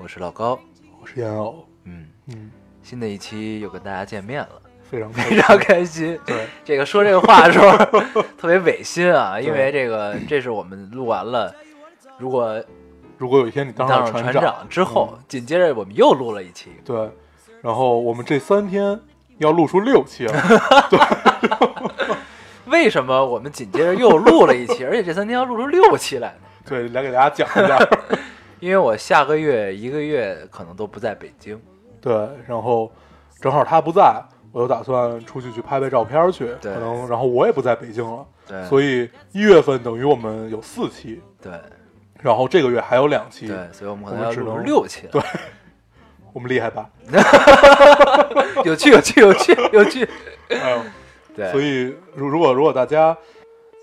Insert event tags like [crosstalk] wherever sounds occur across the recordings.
我是老高。我是烟偶，嗯，嗯，新的一期又跟大家见面 [laughs] 了，非常非常开心。对，这个说这个话的时 [laughs] 候特别违心啊，因为这个这是我们录完了，如果如果有一天你当当上上船长，嗯长之后，紧接着我们又录了一期，对，然后我们这三天要录出六期了， [laughs] 为什么我们紧接着又录了一期， [laughs] 而且这三天要录出六期来呢？对，来给大家讲 [laughs] 一下，因为我下个月一个月可能都不在北京，对，然后正好他不在，我又打算出去去拍拍照片去，对可能然后我也不在北京了，对，所以以一月份等于我们有四期，对然后这个月还有两期，对，所以我们可我能们要只录出能六期来。对我们厉害吧？有趣，有趣，有趣，有趣。哎呦，对，所以如如果如果大家，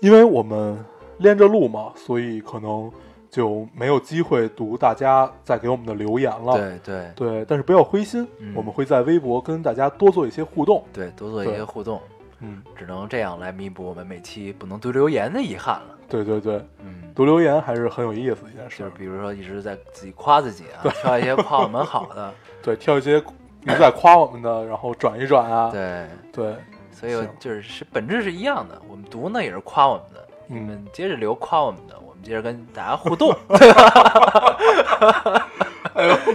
因为我们连着录嘛，所以可能就没有机会读大家再给我们的留言了。对对对但是不要灰心，嗯我们会在微博跟大家多做一些互动。对，多做一些对互动，嗯，只能这样来弥补我们每期不能读留言的遗憾了。对对对，嗯，读留言还是很有意思的一件就事是。比如说一直在自己夸自己啊，挑一些夸我们好的，对，挑一些一直在夸我们的，然后转一转啊。对，对所以我行就是是本质是一样的。我们读呢也是夸我们的，嗯你们接着留夸我们的，我们接着跟大家 [laughs] 互动。哎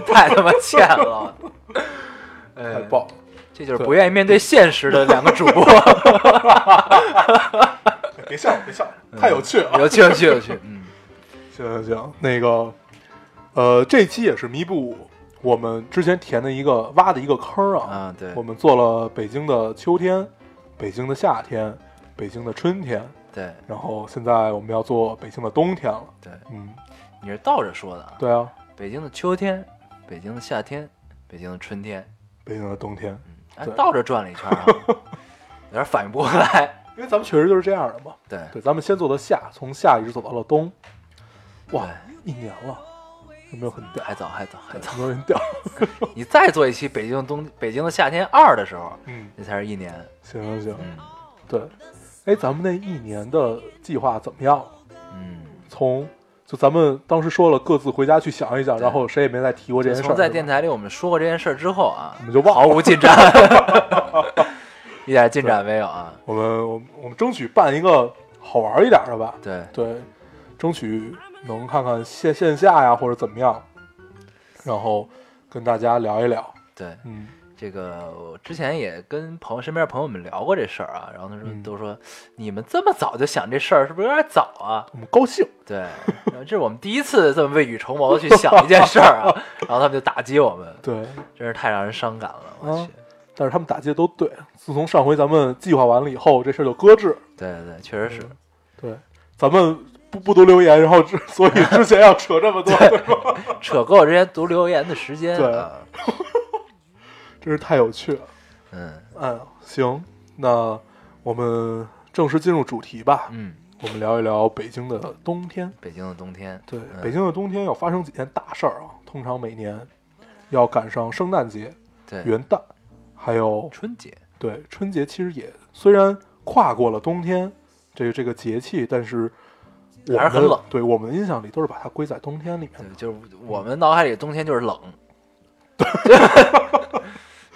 [laughs] 太他妈欠了， [laughs] 太哎，棒了。这就是对不愿意面对现实的两个主 [laughs] 播。哎别笑，别笑，太有趣了。有趣，有趣，有趣。 [laughs] 嗯，行行行，那个，呃，这期也是弥补我们之前填的一个挖的一个坑啊。啊对我们做了北京的秋天、北京的夏天、北京的春天，对然后现在我们要做北京的冬天了。对，嗯，你是倒着说的啊。对啊，北京的秋天，北京的夏天，北京的春天，北京的冬天，哎，对倒着转了一圈 [laughs] 啊，有点反应不过来。因为咱们确实就是这样的嘛。对，对，咱们先做到夏，从夏一直走到了冬。哇对，一年了，有没有很屌？还早，还早，还早有。没有 [laughs] 很屌？你再做一期北京冬北京的夏天二的时候，嗯，那才是一年。行行行，嗯对。哎，咱们那一年的计划怎么样了？嗯，从就咱们当时说了各自回家去想一想，对然后谁也没再提过这自件事从儿。在是吧电台里我们说过这件事儿之后啊我，们就忘毫了，无进展， [laughs] 一点进展没有啊。我们我们我们争取办一个好玩一点的吧，对，对，争取能看看线线下呀或者怎么样，然后跟大家聊一聊，对，嗯，这个我之前也跟朋友身边朋友们聊过这事儿啊，然后他说嗯都说你们这么早就想这事儿，是不是有点早啊？我们高兴，对，然后这是我们第一次这么未雨绸缪的去想一件事 [laughs] 儿啊，然后他们就打击我们，对，真是太让人伤感了，我嗯去。但是他们打击的都对，自从上回咱们计划完了以后，这事儿就搁置，对对对，确实嗯是。对，咱们不不读留言，然后之所以之前要扯这么多，扯够之前读留言的时间对啊，真是太有趣了。嗯嗯，行，那我们正式进入主题吧。嗯，我们聊一聊北京的冬天。北京的冬天，对，嗯北京的冬天要发生几件大事儿啊，通常每年要赶上圣诞节、对，元旦，嗯还有春节，对春节。其实也虽然跨过了冬天这个这个节气，但是我们还是很冷。嗯对我们的印象里都是把它归在冬天里面对的。，就是我们脑海里冬天就是冷，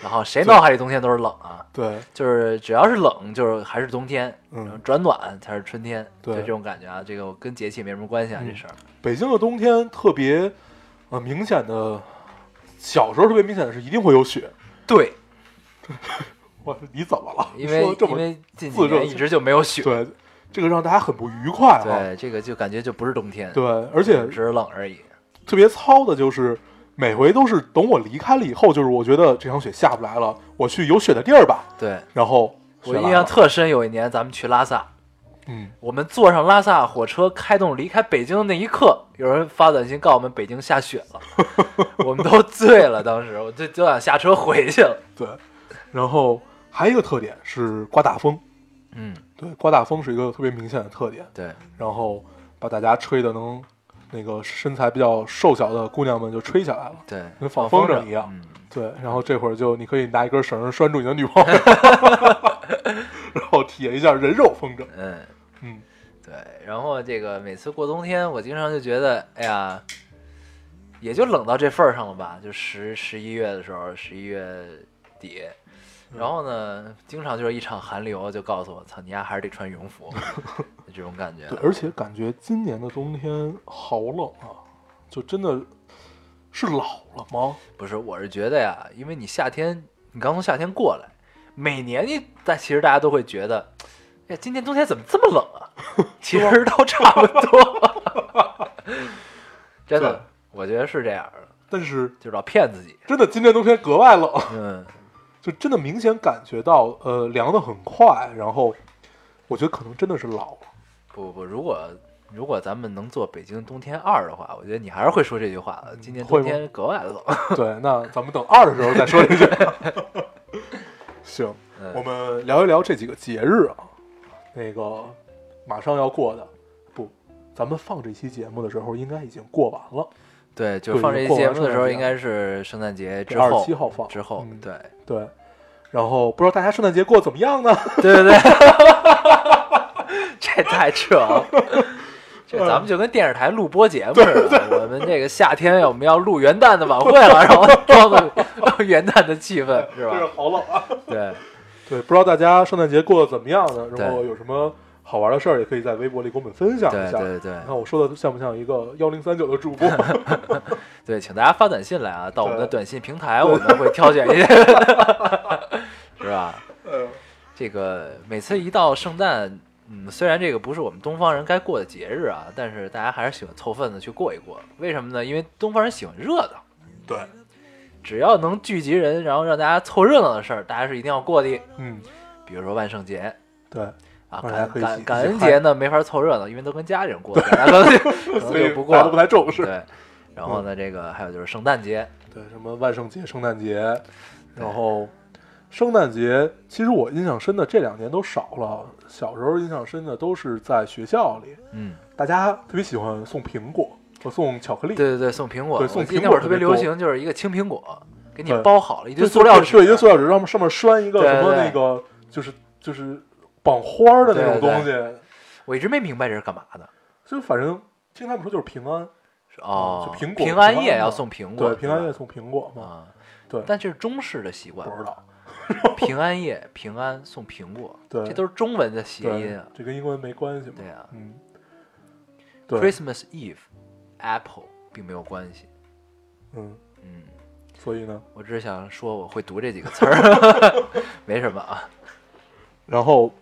然后谁脑海里冬天都是冷啊，对，就是只要是冷，就是还是冬天，嗯然后转暖才是春天，对就这种感觉啊。这个我跟节气没什么关系啊，嗯这事儿。北京的冬天特别呃明显的，小时候特别明显的是一定会有雪。对，我说你怎么了？因为说这因么为近几自热年一直就没有雪，对，这个让大家很不愉快啊。对，这个就感觉就不是冬天，对，，而且只是冷而已。特别糙的就是，每回都是等我离开了以后，就是我觉得这场雪下不来了，我去有雪的地儿吧。对然后我雪来印象了特深，有一年咱们去拉萨，嗯我们坐上拉萨火车开动离开北京的那一刻，有人发短信告诉我们北京下雪 [laughs] 了，我们都醉了。当时我就就想下车回去了。对。然后还有一个特点是刮大风，嗯，对，刮大风是一个特别明显的特点。对，然后把大家吹的能那个身材比较瘦小的姑娘们就吹起来了，对，跟放风筝嗯一样。对，然后这会儿就你可以拿一根绳拴住你的女朋友， [laughs] 然后体验一下人肉风筝。嗯嗯，嗯，对。然后这个每次过冬天，我经常就觉得，哎呀，也就冷到这份儿上了吧，就十十一月的时候，十一月底。然后呢，经常就是一场寒流就告诉我，操，你丫还是得穿羽绒 [laughs] 服，就这种感觉。对，而且感觉今年的冬天好冷啊，就真的是老了吗？不是，我是觉得呀，因为你夏天，你刚从夏天过来，每年你大其实大家都会觉得，哎，今年冬天怎么这么冷啊？ [laughs] 其实都差不多，真对的，我觉得是这样的，但是就是老骗自己。真的今年冬天格外冷，嗯，就真的明显感觉到呃凉的很快，然后我觉得可能真的是老了。 [laughs] 不不不，如果如果咱们能做北京冬天二的话，我觉得你还是会说这句话的。今年冬会吗天格外冷。 [laughs] 对，那咱们等二的时候再说这句。 [laughs] 行，嗯我们聊一聊这几个节日啊，那个马上要过的，不，咱们放这期节目的时候应该已经过完了。对，就对放这过期完节目的圣时候，诞节应该是圣诞节之对后， 27号放之后，嗯对对，然后不知道大家圣诞节过得怎么样呢？ [laughs] 对对 [laughs] 对，这太扯了。这 [laughs] 哎咱们就跟电视台录播节目似的，我们这个夏天我们要录元旦的晚会了，然后装个元旦的气 [laughs] 氛是就是吧？好冷啊。对， [laughs] 对，不知道大家圣诞节过得怎么样呢？对然后有什么好玩的事儿，也可以在微博里跟我们分享一对下。对对你看我说的像不像一个幺零三九的主 [laughs] 播？对，请大家发短信来啊，到我们的对短信平台，我们会挑选一些， [laughs] 是吧？呃，这个每次一到圣诞，嗯，虽然这个不是我们东方人该过的节日啊，但是大家还是喜欢凑份子去过一过。为什么呢？因为东方人喜欢热闹， [laughs] 对，只要能聚集人，然后让大家凑热闹的事儿，大家是一定要过的。嗯，比如说万圣节对，啊，大家感可以一感起感恩嗨节呢没法凑热闹，因为都跟家里人 [laughs] 过，大家可能可能所以就不过大家都不了。太重视。对，然后呢，这个还有就是圣诞节，对，什么万圣节、圣诞节，然后圣诞节，其实我印象深的这两年都少了。小时候印象深的都是在学校里，嗯，大家特别喜欢送苹果和送巧克力，对对对，送苹果，嗯对送我记得苹那果会儿特别特别流多行，就是一个青苹果，给你对包好了一对，堆塑料纸，啊对，一堆塑料纸，上面上面拴一个对什么对那个，就是就是绑花儿的那对种东对西，我一直没明白这是干嘛的。就反正听他们说就是平安，哦，就苹果平安平安夜要嘛送苹果，对，平安是夜送苹果吧嘛，啊，对，但这是中式的习惯不，知道，平安夜平安送苹果，对这都是中文的谐对音啊，。这跟英文没关系嘛，对啊嗯，对， Christmas Eve Apple 并没有关系，嗯，嗯，所以呢。我只是想说我会读这几个词儿， [laughs] 没什么啊，然后，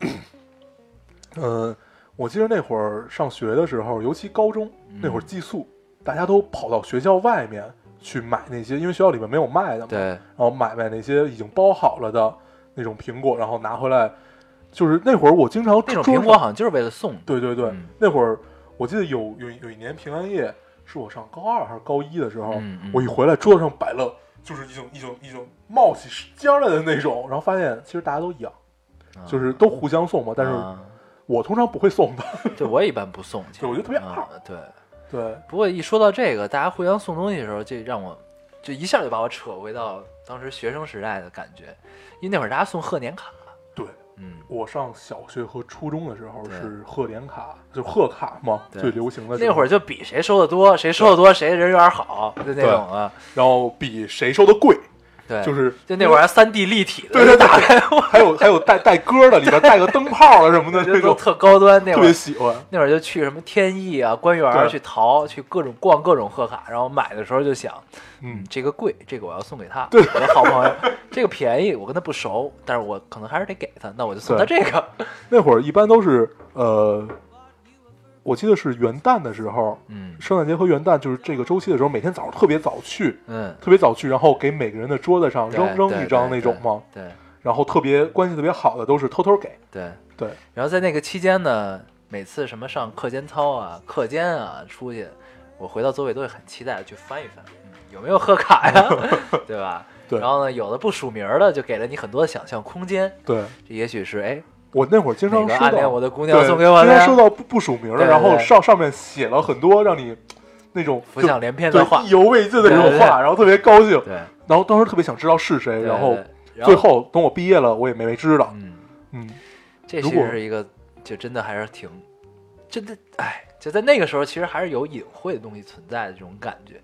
呃，我记得那会儿上学的时候，尤其高中嗯那会儿寄宿，大家都跑到学校外面去买那些，因为学校里面没有卖的嘛，然对，后买买那些已经包好了的那种苹果，然后拿回来。就是那会儿我经常那种桌苹果上，好像就是为了送的，对对对，嗯那会儿我记得有有有一年平安夜，是我上高二还是高一的时候，嗯嗯我一回来桌子上摆了。就是一种一种一种冒起尖儿来的那种，然后发现其实大家都一样，啊就是都互相送嘛，但是啊我通常不 [laughs] 会送的。对我也一般不送，其实 [laughs] 对我觉得特别啊，对。对，不过一说到这个，大家互相送东西的时候，这让我就一下就把我扯回到当时学生时代的感觉，因为那会儿大家送贺年卡，对嗯，我上小学和初中的时候对是贺年卡，就贺卡嘛，对最流行的时候那会儿，就比谁收的多，谁收的多，谁人缘好，就那种啊，然后比谁收的贵，对，就是就那会儿三 D 立体的，对对对打开 [laughs] 我还有还有带带歌的，里边带个灯泡啊了 [laughs] 什么的觉得那都种，特高端，那特会别儿。喜欢。那会儿就去什么天意啊、官园儿对去淘，去各种逛各种贺卡，然后买的时候就想，嗯，这个贵，这个我要送给他，我的好朋友，这个便宜，我跟他不熟，但是我可能还是得给他，那我就送他这个，那会儿一般都是呃，我记得是元旦的时候，嗯圣诞节和元旦就是这个周期的时候，每天早上特别早去，嗯，特别早去，然后给每个人的桌子上对扔扔对一张对那种嘛，对然后特别关系特别好的都是偷偷给。对，对，然后在那个期间呢，每次什么上课间操啊、课间啊出去，我回到座位都会很期待地去翻一翻，嗯有没有贺卡呀， [laughs] 对吧？对然后呢，有的不署名儿的，就给了你很多的想象空间。对这也许是哎，我那会儿经哪常个收暗恋到我，的姑娘对，送给我经的常呀收？到不不署名对的，对然后对上上面写了很多让你那种浮就想联翩的对话意，犹未尽的对那种对话，对然后特别高兴，对，然后当时特别想知道是谁，对然后对然最后等我毕业了，我也没没知道，嗯，嗯，这如其果实是一个，就真的还是挺，真的哎，就在那个时候，其实还是有隐晦的东西存在的这种感觉。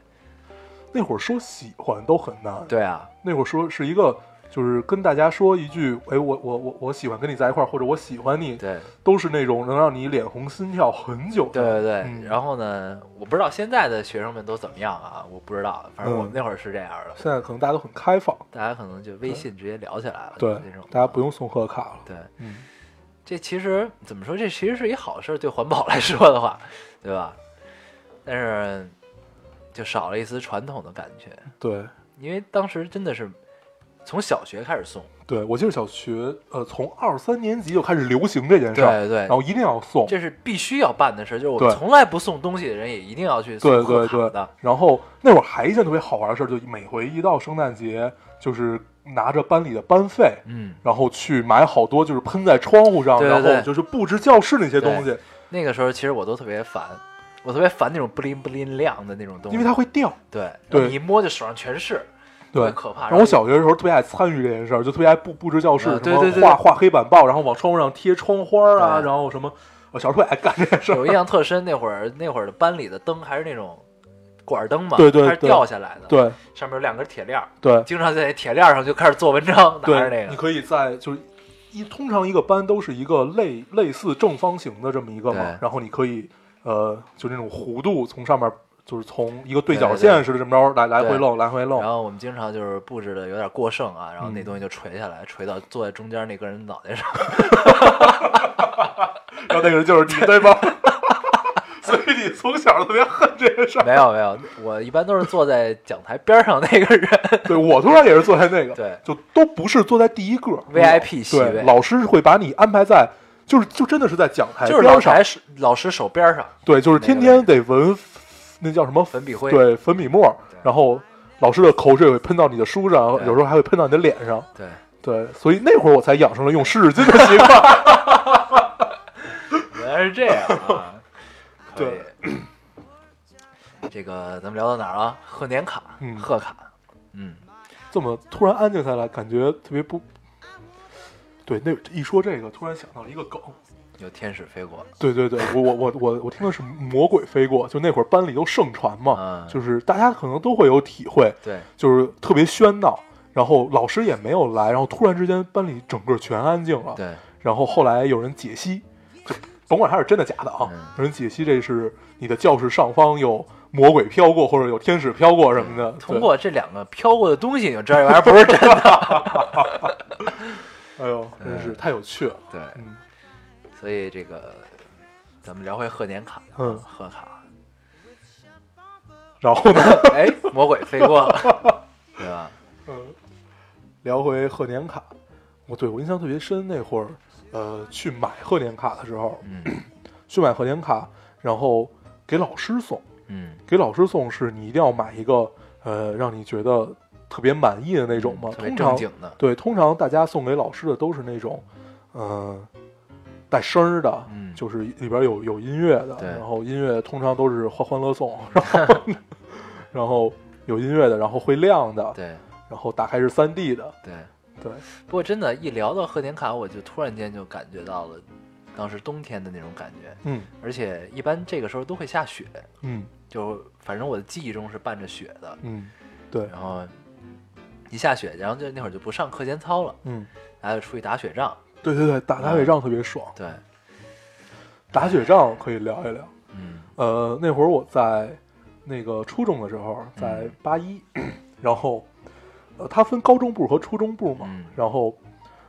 那会儿说喜欢都很难，对啊，那会儿说是一个就是跟大家说一句，哎，我我我我喜欢跟你在一块儿，或者我喜欢你，对都是那种能让你脸红心跳很久对对的，对。嗯然后呢，我不知道现在的学生们都怎么样啊，我不知道，反正我们嗯那会儿是这样的，现在可能大家都很开放，大家可能就微信直接聊起来了，对那种，大家不用送贺卡了，对。嗯，这其实怎么说？这其实是一好事儿，对环保来说的话，对吧？但是就少了一丝传统的感觉，对。因为当时真的是从小学开始送，对，我记得小学，呃，从二三年级就开始流行这件事儿，对对然后一定要送，这是必须要办的事儿。就是我们对从来不送东西的人，也一定要去送对贺对卡对的。。然后那会儿还一件特别好玩的事儿，就每回一到圣诞节，就是拿着班里的班费，嗯，然后去买好多就是喷在窗户上，对对对然后就是布置教室那些东西，那个时候其实我都特别烦，我特别烦那种不灵不灵亮的那种东西，因为它会掉。对对你一摸就手上全是，特对，别可怕。然后我小学的时候特别爱参与这件事儿，就特别爱布布置教室，啊什对么对对画对画黑板报，然后往窗户上贴窗花儿啊，对然后什么，我小时候特别爱干这件事儿。有印象特深，那会儿那会儿的班里的灯还是那种管灯嘛，对对它是对掉下来的，对上面有两根铁链儿，对经常在铁链儿上就开始做文章，拿着那对，你个，可以在就是。一通常一个班都是一个类类似正方形的这么一个嘛对，然后你可以呃，就那种弧度从上面就是从一个对对角对线似的这么着来来对回漏来回漏然，后我们经常就是布置的有点过剩啊，然后那嗯东西就垂下来，垂到坐在中间那个人脑袋上。 [laughs] 然后那个人就是你，[laughs] 对吧？所以你从小特别恨这个事儿。没有没有，我一般都是坐在讲台边上那个人。 [laughs] 对我通常也是坐在那个，对就都不是坐在第一个 VIP 席位对，老师会把你安排在，就是就真的是在讲台就是老师边上还，是老师手边上对，就是天那天得闻那叫什么粉笔灰，对粉笔沫对，然后老师的口水会喷到你的书上，对有时候还会喷到你的脸上。对对，所以那会儿我才养成了用湿纸巾的习惯。 [laughs] 原来是这样 [laughs] 啊。可以对，这个咱们聊到哪儿了？贺年卡嗯，贺卡，嗯，这么突然安静下来，感觉特别不。对，那一说这个，突然想到一个梗。有天使飞过，对对对，我我我我我听的是魔鬼飞过，就那会儿班里都盛传嗯嘛，就是大家可能都会有体会，对，就是特别喧闹，然后老师也没有来，然后突然之间班里整个全安静了，对，然后后来有人解析，就甭管它是真的假的啊嗯，有人解析这是你的教室上方有魔鬼飘过或者有天使飘过什么的，嗯通对过这两个飘过的东西，你就知道这玩意儿不 [laughs] 是真的。哎呦，嗯真是太有趣了，对，嗯，所以这个咱们聊回贺年卡，嗯贺卡，然后呢，哎，魔鬼飞过， [laughs] 对吧？嗯，聊回贺年卡，我对我印象特别深，那会儿，呃，去买贺年卡的时候，嗯去买贺年卡，然后给老师送，嗯，给老师送是你一定要买一个，呃，让你觉得特别满意的那种嘛。嗯特别通正常经的，对，通常大家送给老师的都是那种，嗯、带声儿的，嗯就是里边有有音乐的对，然后音乐通常都是欢欢乐 [laughs] 颂，然后 [laughs] 然后有音乐的，然后会亮的，对然后打开是三 D 的，对。对，不过真的，一聊到贺年卡，我就突然间就感觉到了当时冬天的那种感觉，嗯而且一般这个时候都会下雪，嗯就反正我的记忆中是伴着雪的，嗯，对，然后一下雪，然后就那会儿就不上课间操了，嗯，大家就出去打雪仗，对对对，打嗯打雪仗特别爽，对，打雪仗可以聊一聊。嗯呃，那会儿我在那个初中的时候，在嗯八一、 [coughs] 然后呃，它分高中部和初中部嘛，嗯然后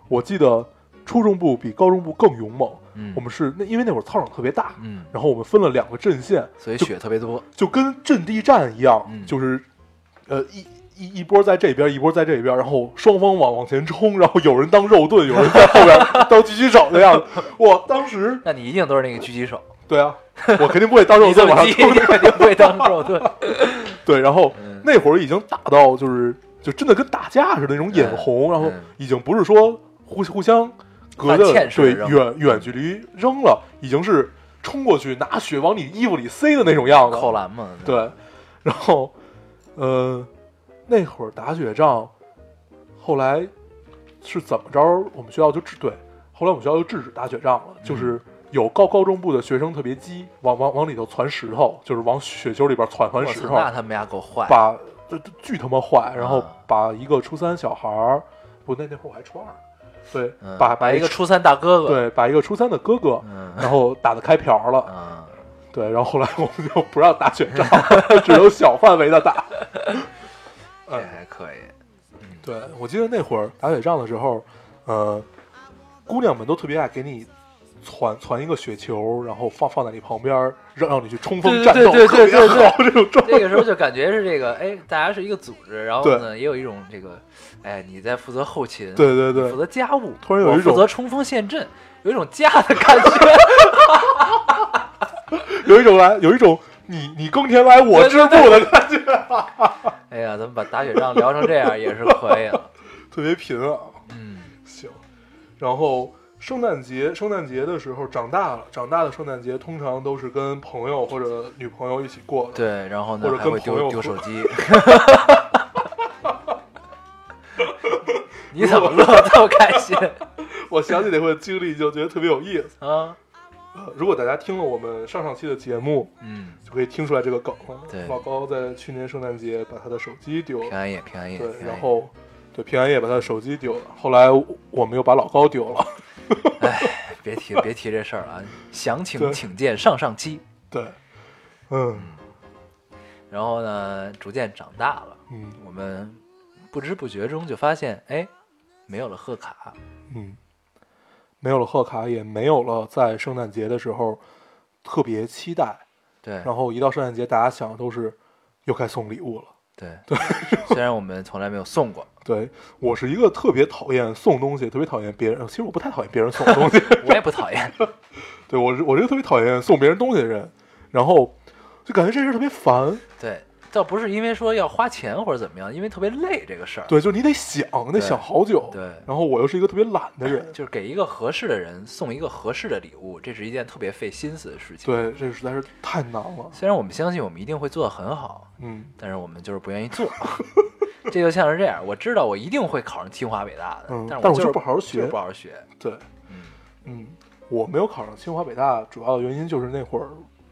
我记得初中部比高中部更勇猛，嗯，我们是那因为那会儿操场特别大，嗯，然后我们分了两个阵线，所以雪特别多，就跟阵地战一样，嗯就是呃一一一波在这边，一波在这边，然后双方往往前冲， [laughs] 然后有人当肉盾，有人在后边当狙击手的样子。我当时那你一定都是那个狙击手，对啊，我肯定不会当肉你这盾往么上激，冲你 [laughs] 肯定不会当 [laughs] 肉盾。对，然后嗯那会儿已经打到就是就真的跟打架似的那种嗯眼红，然后已经不是说互互相隔着犯欠式对扔远远距离扔了，已经是冲过去拿血往你衣服里塞的那种样子。扣篮嘛，那对，然后呃那会儿打雪仗，后来是怎么着？我们学校就制对，后来我们学校就制止打雪仗了，嗯就是。有高高中部的学生特别鸡，往往往里头攒石头，就是往雪球里边攒攒我石操，头。那他们俩够坏，把这这巨他妈坏，然后啊把一个初三小孩儿，不那那会儿我还初二，对，嗯把把一个初初三大哥哥，对把一个初三的哥哥，嗯然后打的开瓢儿了，啊，对，然后后来我们就不让打雪仗， [laughs] 只能小范围的打。这嗯还可以，嗯对，我记得那会儿打雪仗的时候，呃，姑娘们都特别爱给你。攒攒一个雪球，然后放放在你旁边儿，让让你去冲锋对战对斗，对特对别对对好这种状态。这个时候就感觉是这个，哎，大家是一个组织，然后呢，也有一种这个，哎，你在负责后勤，对对对你负责家务，突然有一我种负责冲锋陷阵，有一种家的感觉， [laughs] 有一种来，有一种你你耕田来我织布的感觉，哎呀，咱们把打雪仗聊成这样也是可以了，特别贫啊。嗯，行，然后圣诞节，圣诞节的时候长大了，长大的圣诞节通常都是跟朋友或者女朋友一起过的。，对，然后呢或者还跟会朋丢友丢说手机。 [laughs] 你怎么乐得这么开心我想起那回经历就觉得特别有意思。啊？呃如果大家听了我们上上期的节目，嗯，就可以听出来这个梗了。对老高在去年圣诞节把他的手机丢平了，安夜，平安夜，对平，安然夜后对平安夜把他的手机丢了，后来我们又把老高丢了。 [laughs] 哎，别提别提这事儿了啊，详情对请见上上期。对，嗯然后呢，逐渐长大了，嗯我们不知不觉中就发现，哎，没有了贺卡，嗯，没有了贺卡，也没有了在圣诞节的时候特别期待。对然后一到圣诞节，大家想的都是又该送礼物了。对 [laughs] 对，虽然我们从来没有送过，对我是一个特别讨厌送东西，特别讨厌别人。呃其实我不太讨厌别人送我 [laughs] 东西，我也不讨厌，对我是我是一个特别讨厌送别人东西的人。然后就感觉这事儿特别烦，对，倒不是因为说要花钱或者怎么样，因为特别累这个事儿，对，就是你得想，得对想好久。对然后我又是一个特别懒的 [laughs] 人，就是给一个合适的人送一个合适的礼物，这是一件特别费心思的事情。，对，这实在是太难了。虽然我们相信我们一定会做得很好，嗯，但是我们就是不愿意做。 [laughs] 这就像是这样，我知道我一定会考上清华北大的，嗯但但我我就是就不好好学就是不好好学。对，嗯，嗯，我没有考上清华北大，主要的原因就是那会儿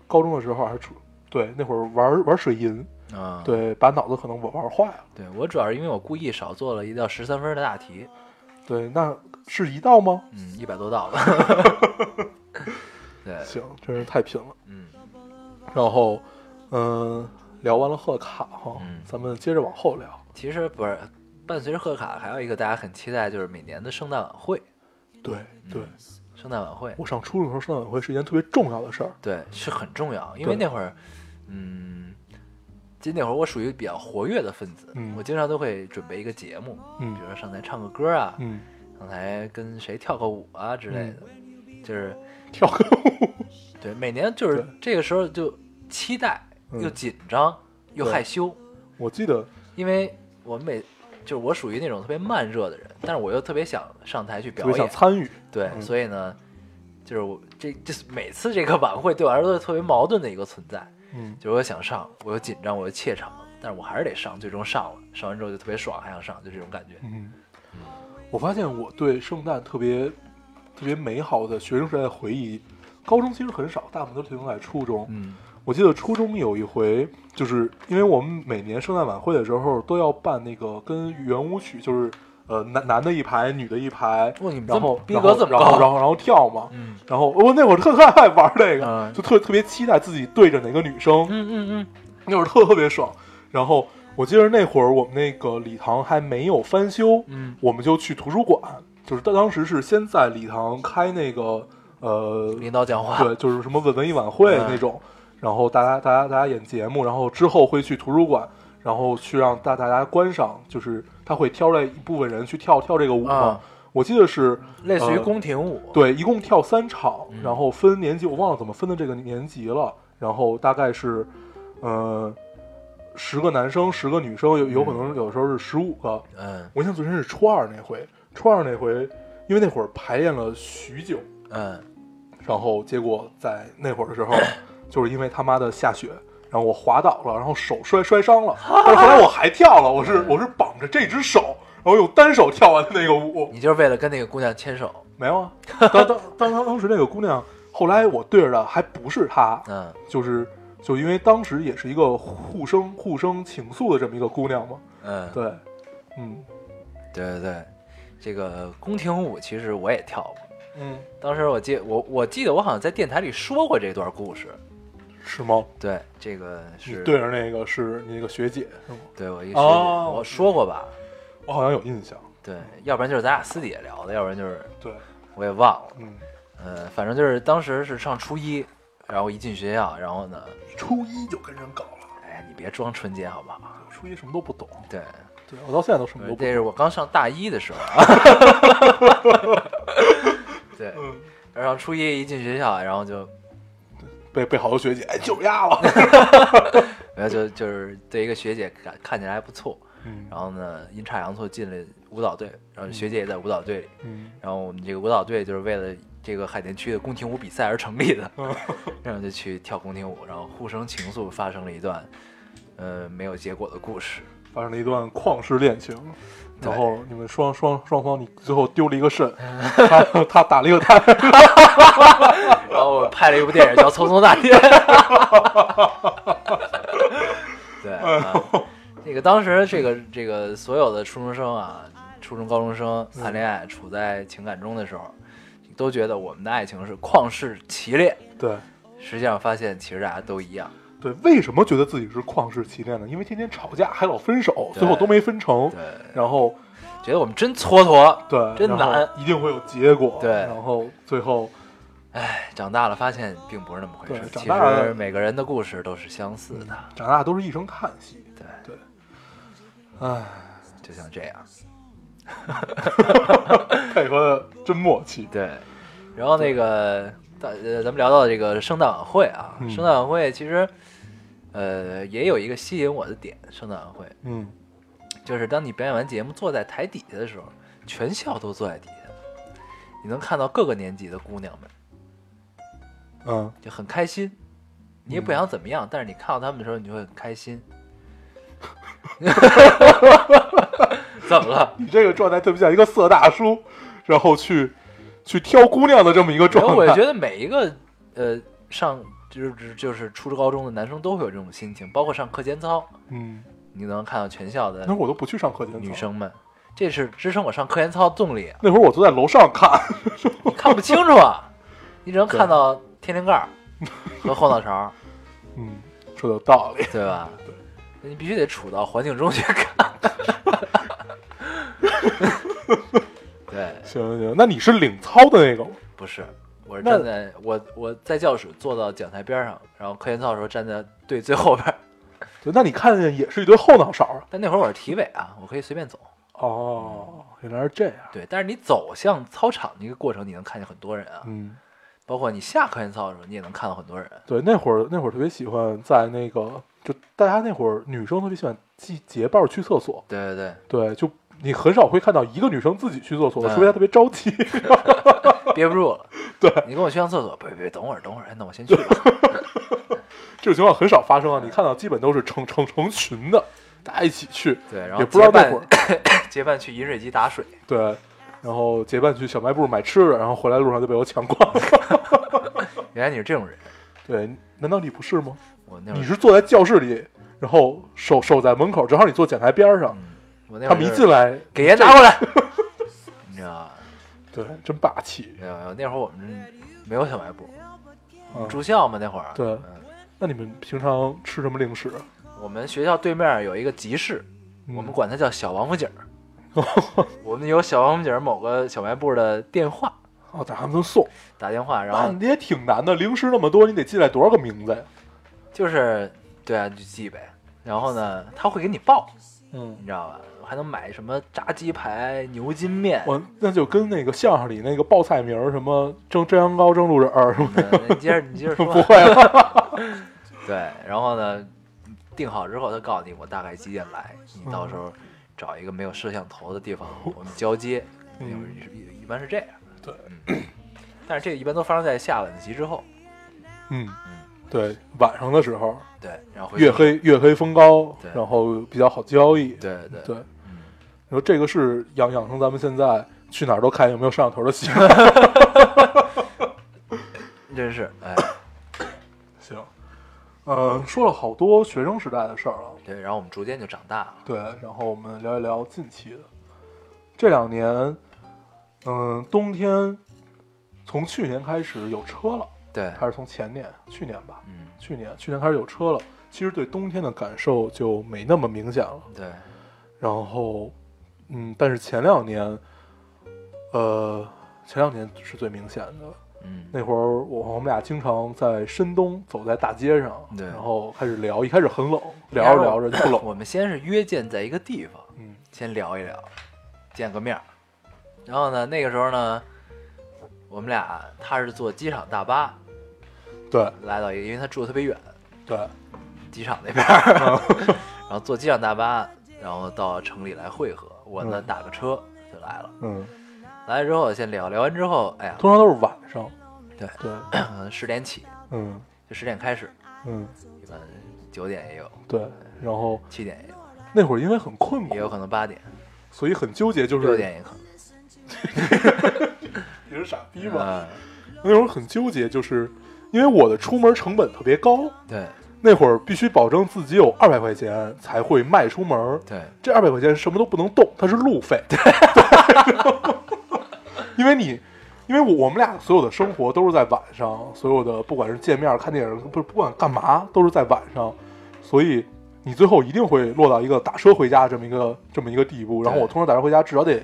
高中的时候还是处对那会儿玩玩水银，啊，对，把脑子可能玩玩坏了。对我主要是因为我故意少做了一道十三分的大题，对，那是一道吗？嗯，一百多道吧。 [laughs] 对，行，真是太拼了。嗯，然后，嗯、聊完了贺卡哈，嗯咱们接着往后聊。其实不是，伴随着贺卡，还有一个大家很期待，就是每年的圣诞晚会。对嗯对，圣诞晚会，我上初中的时候，圣诞晚会是一件特别重要的事儿。对，是很重要，因为对那会儿，嗯，就那会儿我属于比较活跃的分子，嗯我经常都会准备一个节目，比嗯如说上台唱个歌啊，嗯，上台跟谁跳个舞啊之类的，就是跳个舞，对，每年就是嗯对这个时候就期待嗯又紧张又对害羞，我记得，因为我每就是我属于那种特别慢热的人，但是我又特别想上台去特表别想演，参与。对，嗯所以呢，就是我这就是每次这个晚会对我来说都是特别矛盾的一个存在，嗯，就是我想上，我又紧张，我又怯场，但是我还是得上，最终上了，上完之后就特别爽，还想上，就这种感觉。嗯，我发现我对圣诞特别特别美好的学生时代的回忆，高中其实很少，大部分都停留在初中。嗯我记得初中有一回，就是因为我们每年圣诞晚会的时候都要办那个跟圆舞曲，就是呃男男的一排，女的一排，哇你们这然后逼格这么然后高然后然后跳嘛。嗯然后我那会儿特 [laughs] 特爱玩这个，嗯就特特别期待自己对着哪个女生，嗯嗯那会儿特特别爽。然后我记得那会儿我们那个礼堂还没有翻修，嗯我们就去图书馆，就是当当时是先在礼堂开那个呃嗯，，领导讲话，对，就是什么文文艺晚会嗯那种，然后大家大家大家演节目，然后之后会去图书馆，然后去让大大家观赏，就是他会挑来一部分人去跳跳这个舞嘛。啊我记得是类似于呃宫廷舞，对，一共跳三场嗯，然后分年级，我忘了怎么分的这个年级了。然后大概是，呃，十个男生，十个女生，有有可能有时候是十五个。嗯我印象最深是初二那回，初二那回，因为那会儿排练了许久，嗯，然后结果在那会儿的时候，就是因为他妈的下雪，然后我滑倒了，然后手摔摔伤了，但是后来我还跳了，我是我是绑着这只手，然后用单手跳完的那个舞。你就是为了跟那个姑娘牵手，没有啊，当当当当当时那个姑娘，后来我对着的还不是她，嗯就是就因为当时也是一个互生互生情愫的这么一个姑娘嘛，嗯，对，嗯对对对，这个宫廷舞其实我也跳过，嗯，当时我记我我记得我好像在电台里说过这段故事，是吗？对，这个你是对着那个是你那个学姐是吗？对我一个学姐哦我说过吧，我好像有印象，对，要不然就是咱俩私底下聊的，要不然就是对，我也忘了，嗯，呃，反正就是当时是上初一，然后一进学校，然后呢，初一就跟人搞了，哎，你别装纯洁好不好？初一什么都不懂，对，对我到现在都什么都不这懂，是我刚上大一的时候啊。 [laughs] 对，嗯，然后初一一进学校，然后就，被被好多学姐哎就压了， [laughs] 然后就就是对一个学姐看看起来还不错，嗯然后呢阴差阳错进了舞蹈队，然后学姐也在舞蹈队里，嗯然后我们这个舞蹈队就是为了这个海淀区的宫廷舞比赛而成立的，嗯然后就去跳宫廷舞，然后互生情愫，发生了一段，呃，没有结果的故事。发生了一段旷世恋情，对然后你们双双双方，你最后丢了一个 [laughs] 肾，他他打了一个他， [laughs] 然后我拍了一部电影叫《匆匆那年》。 [laughs] 对，啊嗯那个当时这个这个所有的初中生啊，初中高中生谈恋爱处在情感中的时候，都觉得我们的爱情是旷世奇恋。 [laughs] 对实际上发现，其实大家都一样。对，为什么觉得自己是旷世奇恋呢？因为天天吵架，还老分手，对最后都没分成对，，然后觉得我们真蹉跎。对，真然后难一定会有结果，对然后最后哎，长大了发现并不是那么回事对。其长大了实每个人的故事都是相似的。长大都是一声叹息，对，嗯对，唉，就像这样。配合的真默契，对，然后那个大呃，咱们聊到这个圣诞晚会啊，嗯圣诞晚会其实呃也有一个吸引我的点，圣诞晚会嗯，就是当你表演完节目坐在台底下的时候，全校都坐在底下，你能看到各个年级的姑娘们嗯，就很开心，你也不嗯想怎么样，但是你看到她们的时候，你就会很开 [laughs] 心。怎么了？你这个状态特别像一个色大叔，然后去去挑姑娘的这么一个然后哎我 [laughs] 状态，觉得每一个呃上就是就是初中高中的男生都会有这种心情，包括上课间操，嗯，你能看到全校的那会儿我都不去上课间操，女生们，这是支撑我上课间操动力啊，那会儿我坐在楼上看，你看不清楚啊，你只能看到天灵盖儿和后脑勺 [laughs] 儿，嗯，说的有道理，对吧？你必须得处到环境中去看。 [laughs] 对，行行行，那你是领操的那个吗？不是，我是那站在我我在教室坐到讲台边上，然后课间操的时候站在队最后边儿，对，那你看见也是一堆后脑勺啊？但那会儿我是体委啊，我可以随便走。哦，原来是这样，对，但是你走向操场的一个过程，你能看见很多人啊，嗯，包括你下课间操的时候，你也能看到很多人。对，那会儿那会儿特别喜欢在那个，就大家那会儿女生特别喜欢系结伴儿去厕所，对对对，对，就你很少会看到一个女生自己去厕所，嗯除非她特别着急。 [laughs] 憋不住了。对你跟我去趟厕所，别别，等会儿等会儿，哎，那我先去吧。这种情况很少发生啊，你看到基本都是成成成群的，大家一起去，对， [laughs] 然后也不知道结那伴会儿结伴去饮水机打水，对，然后结伴去小卖部买吃的，然后回来路上就被我抢光了。 [laughs] 原来你是这种人。对，难道你不是吗？我那会你儿，是坐在教室里，然后守守在门口，正好你坐讲台边上，嗯，我那会他儿们一就是进来，给爷拿过 [laughs] 来，你知道吧？对，真霸气。没有没有，那会儿我们没有小卖部，嗯住校嘛那会儿。对嗯那你们平常吃什么零食啊？我们学校对面有一个集市，嗯我们管它叫小王府井 [laughs] 儿。我们有小王府井儿某个小卖部的电话，哦，打他们送，打电话，然那后你也挺难的，零食那么多，你得记下来多少个名字呀？就是对啊，你就记呗。然后呢，他会给你报，嗯你，知道吧？还能买什么炸鸡排、牛筋面，我那就跟那个相声里那个报菜名儿什么蒸蒸羊羔、蒸鹿耳什 [laughs] 么嗯你接着你接着说， [laughs] 不会啊了，对，然后呢，定好之后，他告诉你我大概几点来，你到时候找一个没有摄像头的地方，我们交接，嗯一会儿是一一般是这样。对嗯，但是这一般都发生在下晚自习之后，嗯，对，晚上的时候对，然后回月宿舍，黑月黑风高对，然后比较好交易，对对对，嗯，你说这个是养养成咱们现在去哪儿都看有没有摄像头的习 [laughs] 惯。真是， [coughs] 哎，行，呃，说了好多学生时代的事儿了，对，然后我们逐渐就长大了，对，然后我们聊一聊近期的这两年，嗯、冬天从去年开始有车了，对，还是从前年？去年吧，嗯，去年去年开始有车了，其实对冬天的感受就没那么明显了。对，然后，嗯，但是前两年，呃，前两年是最明显的。嗯，那会儿我我们俩经常在深东走在大街上，对然后开始聊，一开始很冷，聊着聊着就不冷，我们先是约见在一个地方，嗯先聊一聊，见个面儿。然后呢，那个时候呢，我们俩他是坐机场大巴对来到一个，因为他住的特别远，对，机场那边儿， [laughs] 然后坐机场大巴，然后到城里来汇合。我呢嗯打个车就来了，嗯，来了之后先聊，聊完之后，哎呀，通常都是晚上，对对，十点起，嗯就十点开始，嗯一般九点也有，对，然后七点也有，那会儿因为很困也有可苦，能八点，所以很纠结，就六是点也可能。你是傻逼吗？嗯那会儿很纠结，就是因为我的出门成本特别高，对那会儿必须保证自己有二百块钱才会迈出门儿，对这二百块钱什么都不能动，它是路费。对， [laughs] 因为你，因为我我们俩所有的生活都是在晚上，所有的不管是见面、看电影，不是不管干嘛都是在晚上，所以你最后一定会落到一个打车回家这么一个这么一个地步。然后我通常打车回家至少得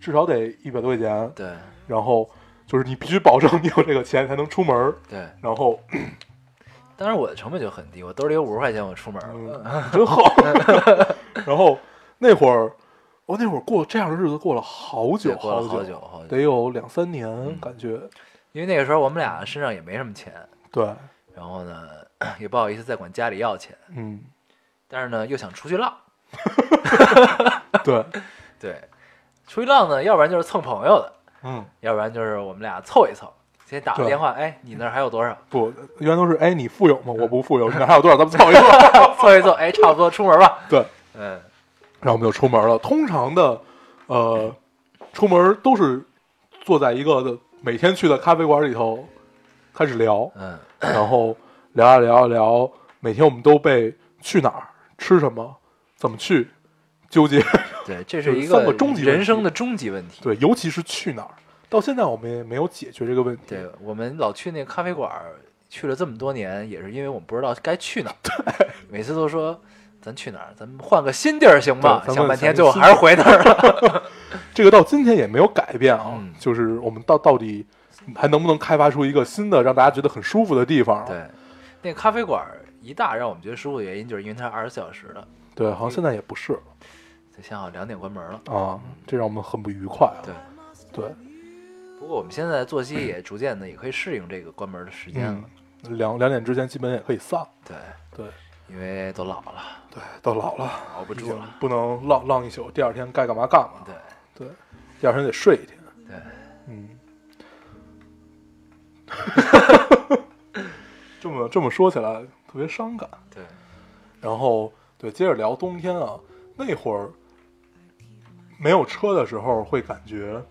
至少得一百多块钱，对然后就是你必须保证你有这个钱才能出门儿。 [laughs] 对，然后当时我的成本就很低，我兜里有五十块钱，我出门 [laughs] 了。嗯，真好。 [laughs] 然后那会儿，我那会儿过这样的日子过了好对久过了久，久嗯好久得，有两三年感觉。因为那个时候我们俩身上也没什么钱，对，然后呢也不好意思再管家里要钱， [laughs] 嗯，但是呢又想出去浪，对，对，出去浪呢，要不然就是蹭朋友的，嗯，要不然就是我们俩凑一凑，先打个对电话，哎，你那儿还有多少？ [laughs] 不，一般都是哎，你富有吗？我不富有，你哪还有多少？咱们凑 [laughs] 一凑。凑一凑，哎，差不多出门吧。对，嗯，然后我们就出门了。通常的，呃，出门都是坐在一个每天去的咖啡馆里头开始聊，嗯， [clears throat] 然后聊啊聊啊聊，每天我们都被去哪儿、吃什么、怎么去纠结。 [laughs] 对，这是一这么终极问题人生的终极问题。对，尤其是去哪儿，到现在我们也没有解决这个问题。对，我们老去那个咖啡馆儿，去了这么多年，也是因为我们不知道该去哪儿，每次都说咱去哪儿，咱们换个新地儿行吧？对咱们想半天，想最后新还是回那儿了。这个到今天也没有改变啊，嗯就是我们到到底还能不能开发出一个新的让大家觉得很舒服的地方？ [laughs] 对，那个咖啡馆儿一大让我们觉得舒服的原因，就是因为它是二十四小时的，对，好像现在也不是就幸好两点关门了。啊，这让我们很不愉快、啊。嗯对，对，不过我们现在的作息也逐渐的也可以适应这个关门的时间嗯了。，两两点之前基本也可以散。对，对因为都老了，对，到老了，熬不已住经了。不能浪浪一宿，第二天该干嘛干嘛。对对，第二天得睡一天。对，嗯， [laughs] 这么这么说起来特别伤感。对，然后对，接着聊冬天啊，那会儿没有车的时候会感觉，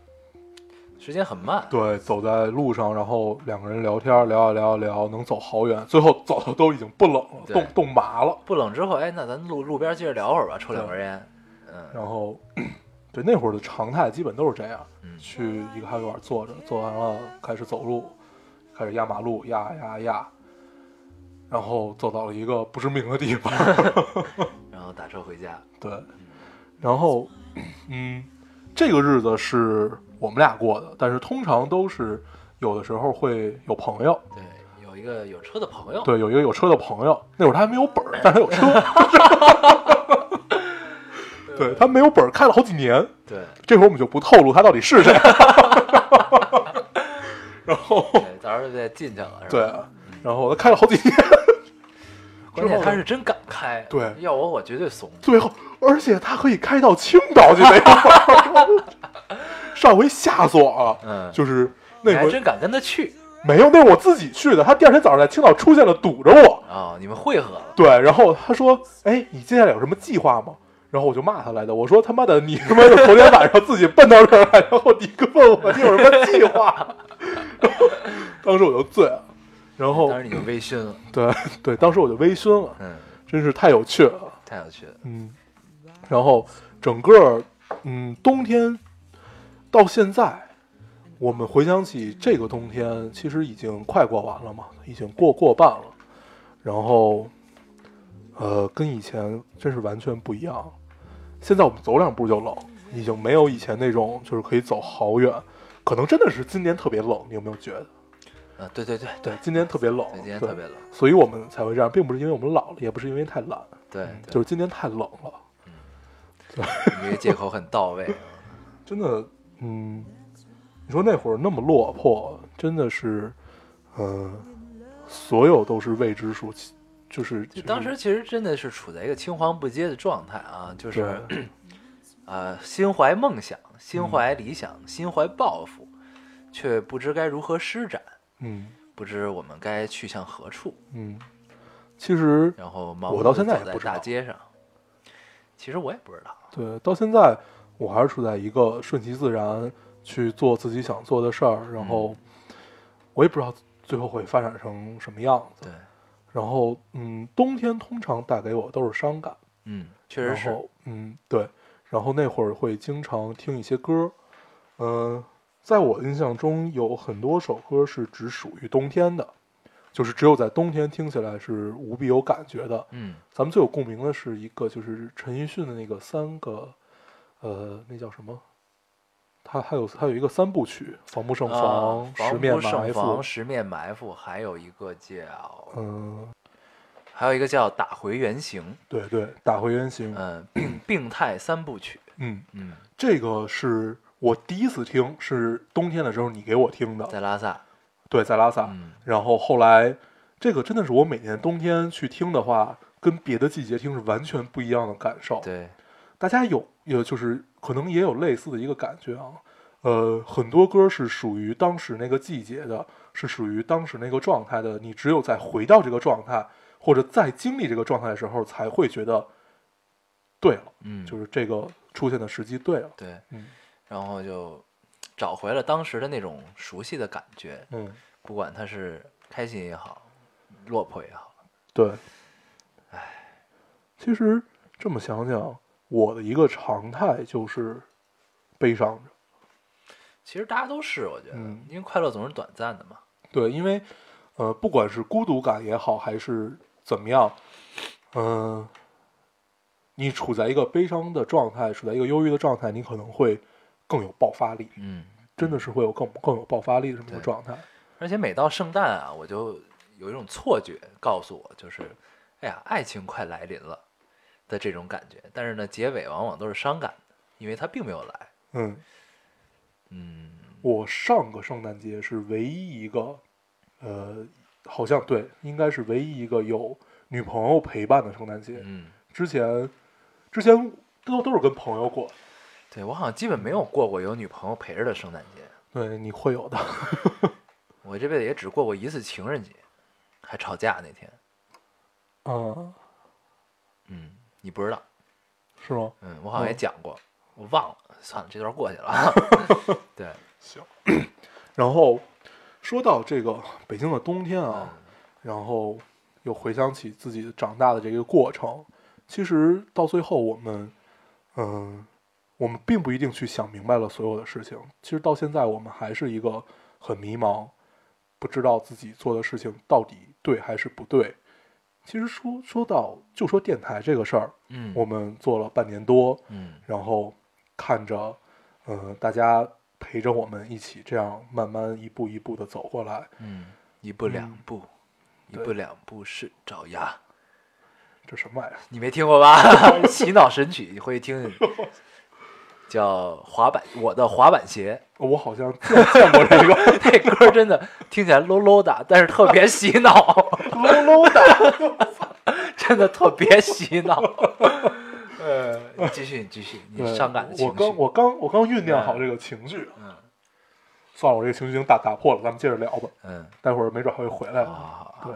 时间很慢。对，走在路上，然后两个人聊天，聊啊聊啊聊，能走好远，最后走的都已经不冷了，对冻冻麻了。不冷之后，哎，那咱路路边儿接着聊会儿吧，抽两根烟。嗯，然后，对那会儿的常态基本都是这样，嗯去一个咖啡馆坐着，坐完了开始走路，开始压马路，压压压，然后走到了一个不知名的地方， [laughs] 然后打车回家。对，然后，嗯，这个日子是我们俩过的，但是通常都是有的时候会有朋友，对，有有一个有车的朋友，对，有一个有车的朋友，那会儿他还没有本儿，但是他有车， [laughs] 对他没有本儿，开了好几年，对这会儿我们就不透露他到底是谁。 [laughs] 然后对，到时候就得进去了，是吧对，啊然后他开了好几年，关键之后呢他是真敢开，对要我我绝对怂，最后而且他可以开到青岛去那会儿，上回吓死我了，嗯就是你那还回真敢跟他去没有，那是我自己去的，他第二天早上在青岛出现了，堵着我。啊、哦你们会合了， [laughs] 对，然后他说：“哎，你接下来有什么计划吗？”然后我就骂他来的，我说：“他妈的，你他妈的昨天晚上自己奔到这儿来，然后你问我你有什么计划？” [laughs] 当时我就醉了，然后当时你就微醺了，对对，当时我就微醺了，嗯，真是太有趣了，太有趣了，嗯。然后整个嗯冬天到现在，我们回想起这个冬天，其实已经快过完了嘛，已经过过半了。然后，呃，跟以前真是完全不一样了。现在我们走两步就冷，已经没有以前那种就是可以走好远。可能真的是今年特别冷，你有没有觉得？啊，对对对对，对，今年特别冷，对今天对特别冷，所以我们才会这样，并不是因为我们老了，也不是因为太懒，对，嗯就对是今年太冷了。你这个借口很到位， [laughs] 真的，嗯，你说那会儿那么落魄，真的是，呃，所有都是未知数，其就是就当时其实真的是处在一个青黄不接的状态啊，就就是是 [clears throat] 呃，心怀梦想，心怀理想，嗯心怀抱负，却不知该如何施展，嗯不知我们该去向何处，嗯，其实然后盲我目到地现在走也在不知大道街上。其实我也不知道，对，到现在我还是处在一个顺其自然去做自己想做的事儿，嗯然后我也不知道最后会发展成什么样子。对，然后，嗯，冬天通常带给我都是伤感。嗯，确实然是，后，嗯，对，然后那会儿会经常听一些歌，嗯、在我的印象中有很多首歌是只属于冬天的，就是只有在冬天听起来是无比有感觉的。嗯，咱们最有共鸣的是一个，就是陈奕迅的那个三个，呃，那叫什么？他还有他有一个三部曲，防不胜防，啊十防面不埋胜伏防，，十面埋伏，还有一个叫，嗯、还有一个叫打回原形，对对，打回原形，嗯，病病态三部曲，嗯，嗯，这个是我第一次听，是冬天的时候你给我听的，在拉萨，对，在拉萨。嗯然后后来，这个真的是我每年冬天去听的话，跟别的季节听是完全不一样的感受。对，大家有有就是可能也有类似的一个感觉啊。呃，很多歌是属于当时那个季节的，是属于当时那个状态的。你只有在回到这个状态，或者再经历这个状态的时候，才会觉得对了，嗯，就是这个出现的时机对了。对，嗯然后就找回了当时的那种熟悉的感觉，嗯，不管他是开心也好，落魄也好，对，唉，其实这么想想，我的一个常态就是悲伤着。其实大家都是，我觉得，嗯因为快乐总是短暂的嘛，对，因为呃，不管是孤独感也好，还是怎么样，嗯、你处在一个悲伤的状态，处在一个忧郁的状态，你可能会更有爆发力，嗯，真的是会有更更有爆发力的这么一个对状态。而且每到圣诞啊，我就有一种错觉告诉我，就是，哎呀，爱情快来临了的这种感觉，但是呢，结尾往往都是伤感的，因为它并没有来，嗯，嗯，我上个圣诞节是唯一一个，呃，好像对，应该是唯一一个有女朋友陪伴的圣诞节。嗯，之前，之前都都是跟朋友过，对我好像基本没有过过有女朋友陪着的圣诞节，对，你会有的。我这辈子也只过过一次情人节，还吵架那天，嗯，嗯，你不知道。是吗？嗯，我好像也嗯讲过，我忘了，算了，这段过去了 [laughs] 啊。对，然后说到这个北京的冬天啊，然后又回想起自己长大的这个过程，其实到最后我们，嗯、我们并不一定去想明白了所有的事情。其实到现在我们还是一个很迷茫，不知道自己做的事情到底对还是不对。其实说说到就说电台这个事儿，嗯，我们做了半年多，嗯然后看着，呃，大家陪着我们一起这样慢慢一步一步的走过来，嗯，一步两步，一步两步是爪牙，这什么玩意儿？你没听过吧？ [laughs] 洗脑神曲，你会听，叫滑板，我的滑板鞋。 [laughs] 我好像见见过这个那歌真的听起来 low low 的，但是特别洗脑， [laughs] low low 的，真的特别洗脑。 [laughs] 呃，你继续，你继续，你对伤感的情绪。我刚我刚我刚酝酿好这个情绪，嗯，算了，我这个情绪已经打打破了，咱们接着聊吧。嗯待会儿没准还会回来。的。啊，对，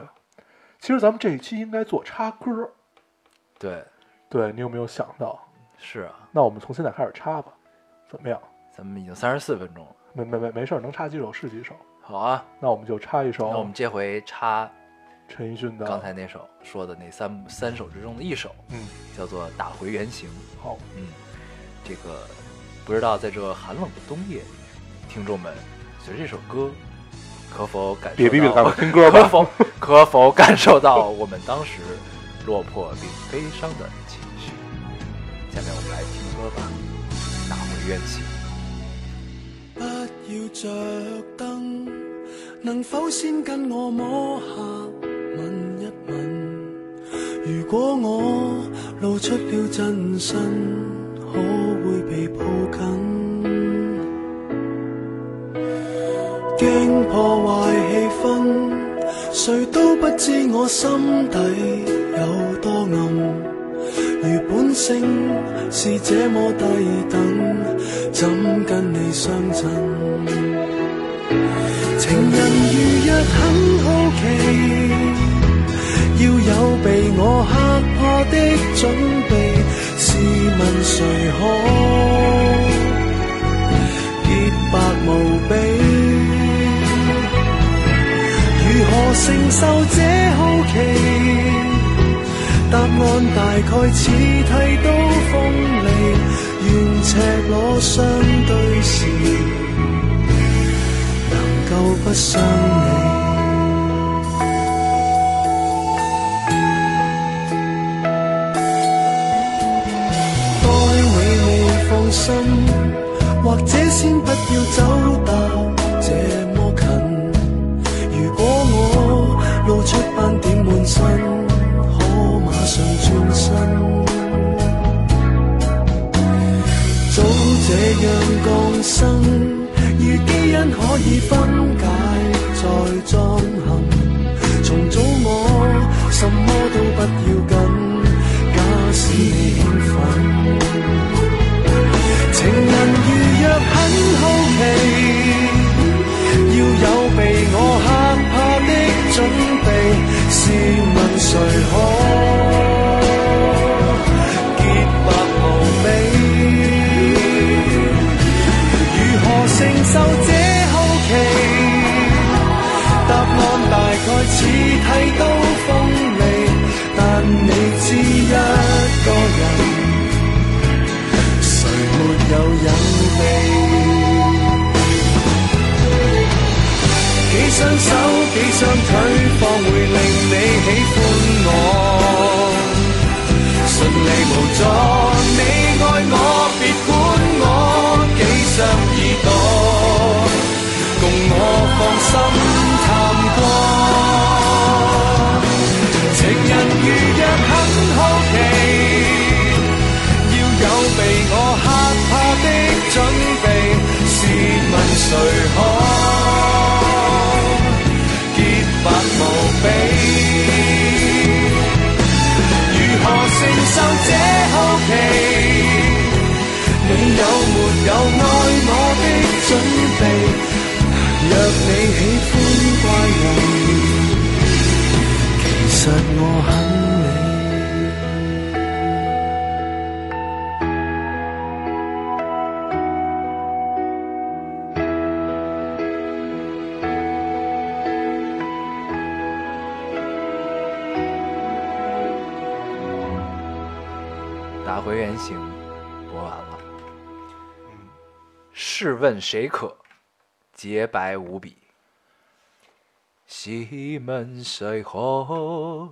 其实咱们这一期应该做插歌，对，对你有没有想到？是啊，那我们从现在开始插吧，怎么样？咱们已经三十四分钟了。没没没没事儿，能插几首是几首。好啊，那我们就插一那我首们这回插陈奕迅的。刚才那首说的那三三首之中的一首，嗯，叫做《打回原形》。好，嗯，这个不知道在这寒冷的冬夜，听众们随着这首歌，可否感受别到逼逼咱们听 [laughs] 歌可吧。否可否感受到我们当时落魄并悲伤的情绪？下面我们来听歌吧，《打回原形》。不要着灯，能否先跟我摸下吻一吻？如果我露出了真身，可會被抱緊？驚破壞氣氛，誰都不知我心底有多暗。如本性是這麼低等，怎跟你相襯？情人如若很好奇。要有被我嚇怕的準備。試問誰可潔白無比？如何承受這好奇？答案大概似剃刀鋒利，願赤裸相對時，能夠不傷你。待你未放心，或者先不要走到這麼近。如果我露出斑點滿身，可馬上轉身。早這樣降生，如基因可以分解再裝嵌。重組我，什麼都不要緊。假使你興奮，情人如若很好奇，要有被我嚇怕的準備。試問誰可潔白無比？如何承受這好奇？答案大概似剃刀鋒利，但你知一個人，誰沒有隱秘？幾雙手，幾雙腿，方會令你喜歡我？順利無阻，你愛我，別管我幾雙耳朵。共我放心探過。情人如若很好奇，要有被我嚇怕的準備。試問誰可潔白無比？如何承受這好奇？你有沒有愛我的準備？若你喜歡怪人，其實我很你。打回原形，播完了。嗯试问谁可洁白无比？试问谁可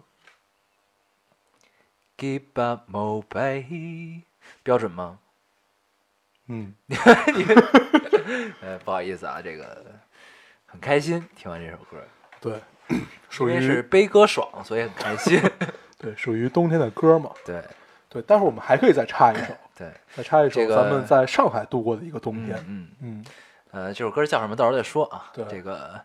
洁白无比？标准吗？ [laughs] 嗯，呃，不好意思啊，这个很开心听完这首歌。 [clears throat] 对，因属为是于悲歌爽，所以很开 [laughs] 心。对属于冬天的歌嘛。对对，待会儿我们还可以再插一首，对，再插一首这个咱们在上海度过的一个冬天。嗯，嗯，呃，这首歌叫什么？到时候再说啊。对这个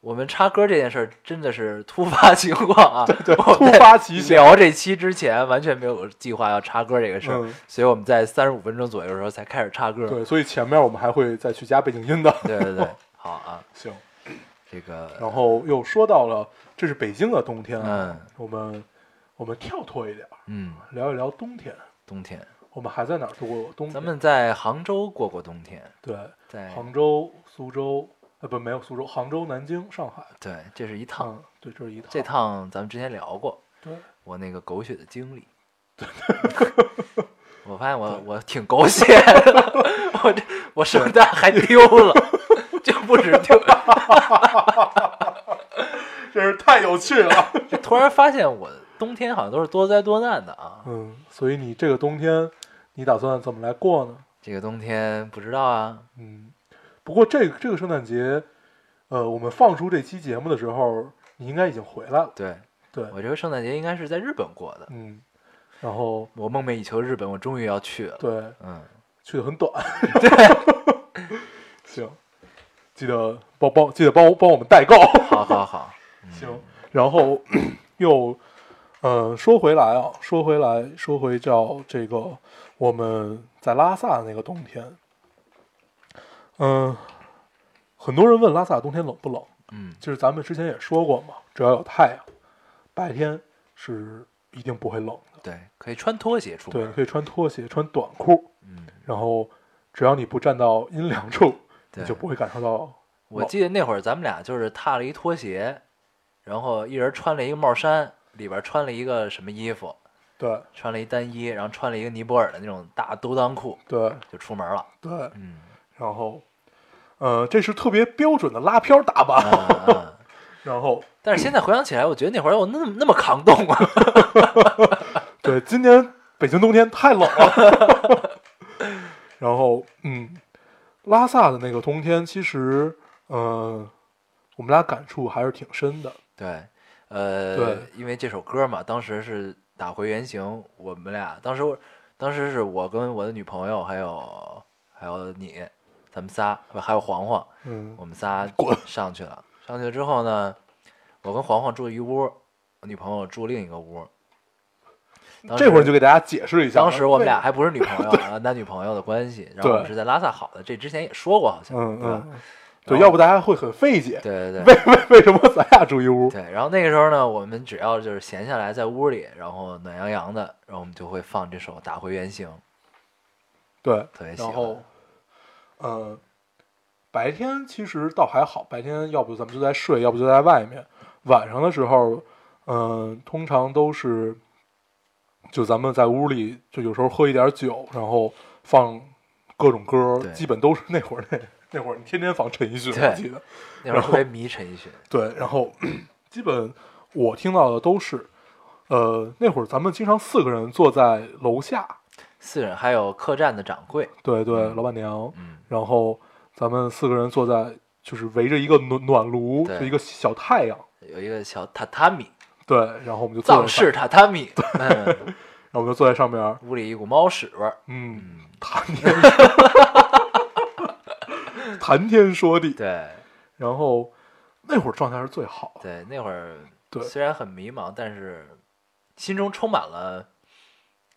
我们插歌这件事儿真的是突发 [laughs] 情况啊，对对，突发奇想聊这期之前完全没有计划要插歌这个事儿嗯，所以我们在三十五分钟左右的时候才开始插歌。对，所以前面我们还会再去加背景音的。对对对，好啊，行，这个然后又说到了这是北京的冬天啊，嗯我们我们跳脱一点儿，嗯，聊一聊冬天。冬天，我们还在哪儿度过冬天？咱们哎在杭州过过冬天，对在杭州、苏州，呃，不，没有苏州，杭州、南京、上海。对，这是一趟，嗯，对，这是一趟。这趟咱们之前聊过，对，我那个狗血的经 [laughs] 历。我发现我我挺狗血的，我这我圣诞还丢了， [laughs] 这不止丢，真是太有趣了。这突然发现我冬天好像都是多灾多难的啊。嗯，所以你这个冬天，你打算怎么来过呢？这个冬天不知道啊，嗯，不过这个这个圣诞节，呃，我们放出这期节目的时候，你应该已经回来了。对对，我这个圣诞节应该是在日本过的，嗯，然后我梦寐以求日本，我终于要去了。对，嗯，去的很短。 [laughs] 行，记得帮帮记得帮帮我们代购。好好好，行，然后 [clears throat] 又呃说回来啊，说回来，说回叫这个我们在拉萨的那个冬天，嗯、很多人问拉萨冬天冷不冷，嗯就是咱们之前也说过嘛，只要有太阳，白天是一定不会冷的。对，可以穿拖鞋出对，门。你可以穿拖鞋、穿短裤，嗯，然后只要你不站到阴凉处，你对就不会感受到。我记得那会儿咱们俩就是踏了一拖鞋，然后一人穿了一个帽衫，里边穿了一个什么衣服，对穿了一单衣，然后穿了一个尼泊尔的那种大兜裆裤对就出门了。对，嗯，然后，呃，这是特别标准的拉飘打扮。嗯嗯然后，但是现在回想起来，我觉得那会儿我那么那么抗冻啊。 [laughs] 对，今年北京冬天太冷了。 [laughs] 然后，嗯，拉萨的那个冬天，其实，呃，我们俩感触还是挺深的。对，呃，对因为这首歌嘛，当时是打回原形，我们俩当时我当时是我跟我的女朋友，还有还有你，咱们仨，不还有黄黄，嗯我们仨滚上去了。上去之后呢，我跟黄黄住一屋，我女朋友住另一个屋。当这会儿时就给大家解释一下啊。当时我们俩为，还不是女 [laughs] 朋友啊，男女朋友的关系，然后我们对是在拉萨好的，这之前也说过好像，嗯对吧？嗯，对，要不大家会很费解，对对对，为为为什么咱俩住一屋？对，然后那个时候呢，我们只要就是闲下来在屋里，然后暖洋洋的，然后我们就会放这首《打回原形》。对，特别喜然欢后，呃，白天其实倒还好，白天要不咱们就在睡，要不就在外面。晚上的时候，嗯、通常都是就咱们在屋里，就有时候喝一点酒，然后放各种歌，对基本都是那会儿那那会儿你天天放陈奕迅，我对记得那会儿然特后别迷陈奕迅，对，然后基本我听到的都是。呃，那会儿咱们经常四个人坐在楼下，四人还有客栈的掌柜，对对，老板娘，嗯，然后咱们四个人坐在，就是围着一个暖暖炉，对就一个小太阳，有一个小榻榻米，对，然后我们就坐藏在上，式榻榻米，嗯，然后我们就坐在上面，屋里一股猫屎味儿。嗯，谈天，谈天说地，对然后那会儿状态是最好的，对，那会儿对虽然很迷茫，但是心中充满了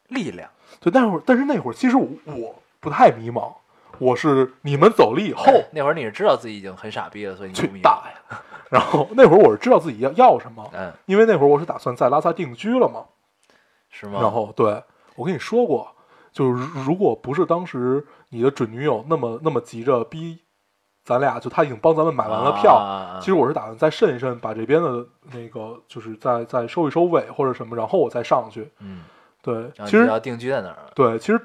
力量。对，那会儿，但是那会儿其实我我不太迷茫，我是你们走了以后哦那会儿你是知道自己已经很傻逼了，所以你去哎不迷茫打呀， [laughs] 然后那会儿我是知道自己要要什么，嗯，因为那会儿我是打算在拉萨定居了嘛，是吗？然后对我跟你说过，就是如如果不是当时你的准女友那么那么急着逼咱俩，就她已经帮咱们买完了票，啊啊啊其实我是打算再慎一慎，把这边的那个就是再再收一收尾或者什么，然后我再上去。嗯，对，然后你其知实道定居在哪儿了。对，其实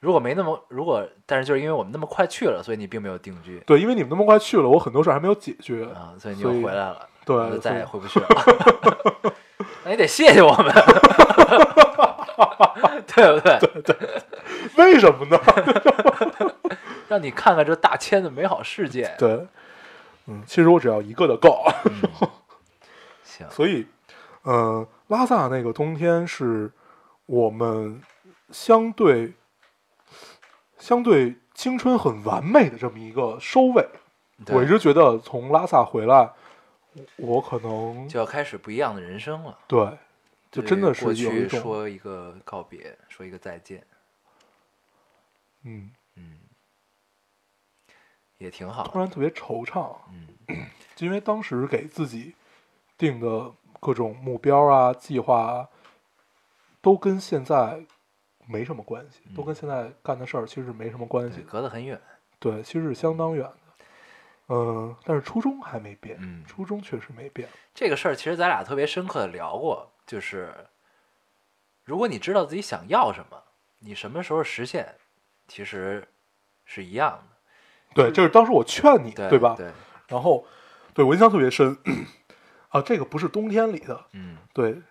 如果没那么，如果但是就是因为我们那么快去了，所以你并没有定居对，因为你们那么快去了，我很多事儿还没有解决。啊，所以你所又以回来了，对我就再也所回不去了。 [laughs] 那你得谢谢我们， [laughs] 对不对？为什么呢？ [laughs] 让你看看这大千的美好世界。对，嗯，其实我只要一个就够。行，所以，呃，拉萨那个冬天是我们相对相对青春很完美的这么一个收尾。对我一直觉得从拉萨回来，我我可能就要开始不一样的人生了。对，就真对的是过有一去种说一个告别，说一个再见，嗯，也挺好突的。然特别惆怅，嗯，就因为当时给自己定的各种目标啊、计划啊，都跟现在没什么关系，嗯都跟现在干的事儿其实没什么关对，系。隔得很远。对，其实是相当远的。嗯，但是初衷还没变，嗯初衷确实没变。这个事儿其实咱俩特别深刻的聊过，就是如果你知道自己想要什么，你什么时候实现，其实是一样的，对，这是当时我劝你，对吧？对，然后，对我印象特别深 [clears throat] 啊，这个不是冬天里的，嗯，对，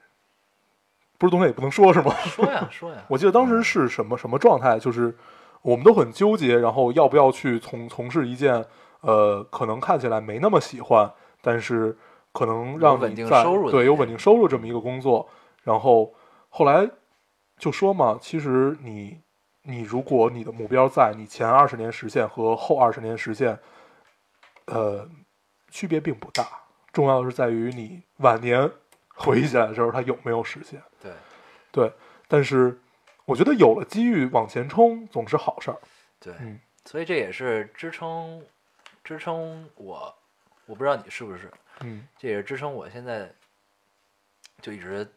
不是冬天也不能说是吗？说呀说呀，我记得当嗯时是什么什么状态，就是我们都很纠结，然后要不要去从从事一件呃，可能看起来没那么喜欢，但是可能让有你稳定在收入的对有那种稳定收入这么一个工作。然后后来就说嘛，其实你你如果你的目标在你前二十年实现和后二十年实现，呃，区别并不大，重要的是在于你晚年回忆起来的时候，它有没有实现。对，对，但是我觉得有了机遇往前冲总是好事儿。对，嗯所以这也是支撑支撑我，我不知道你是不是，嗯这也是支撑我现在就一直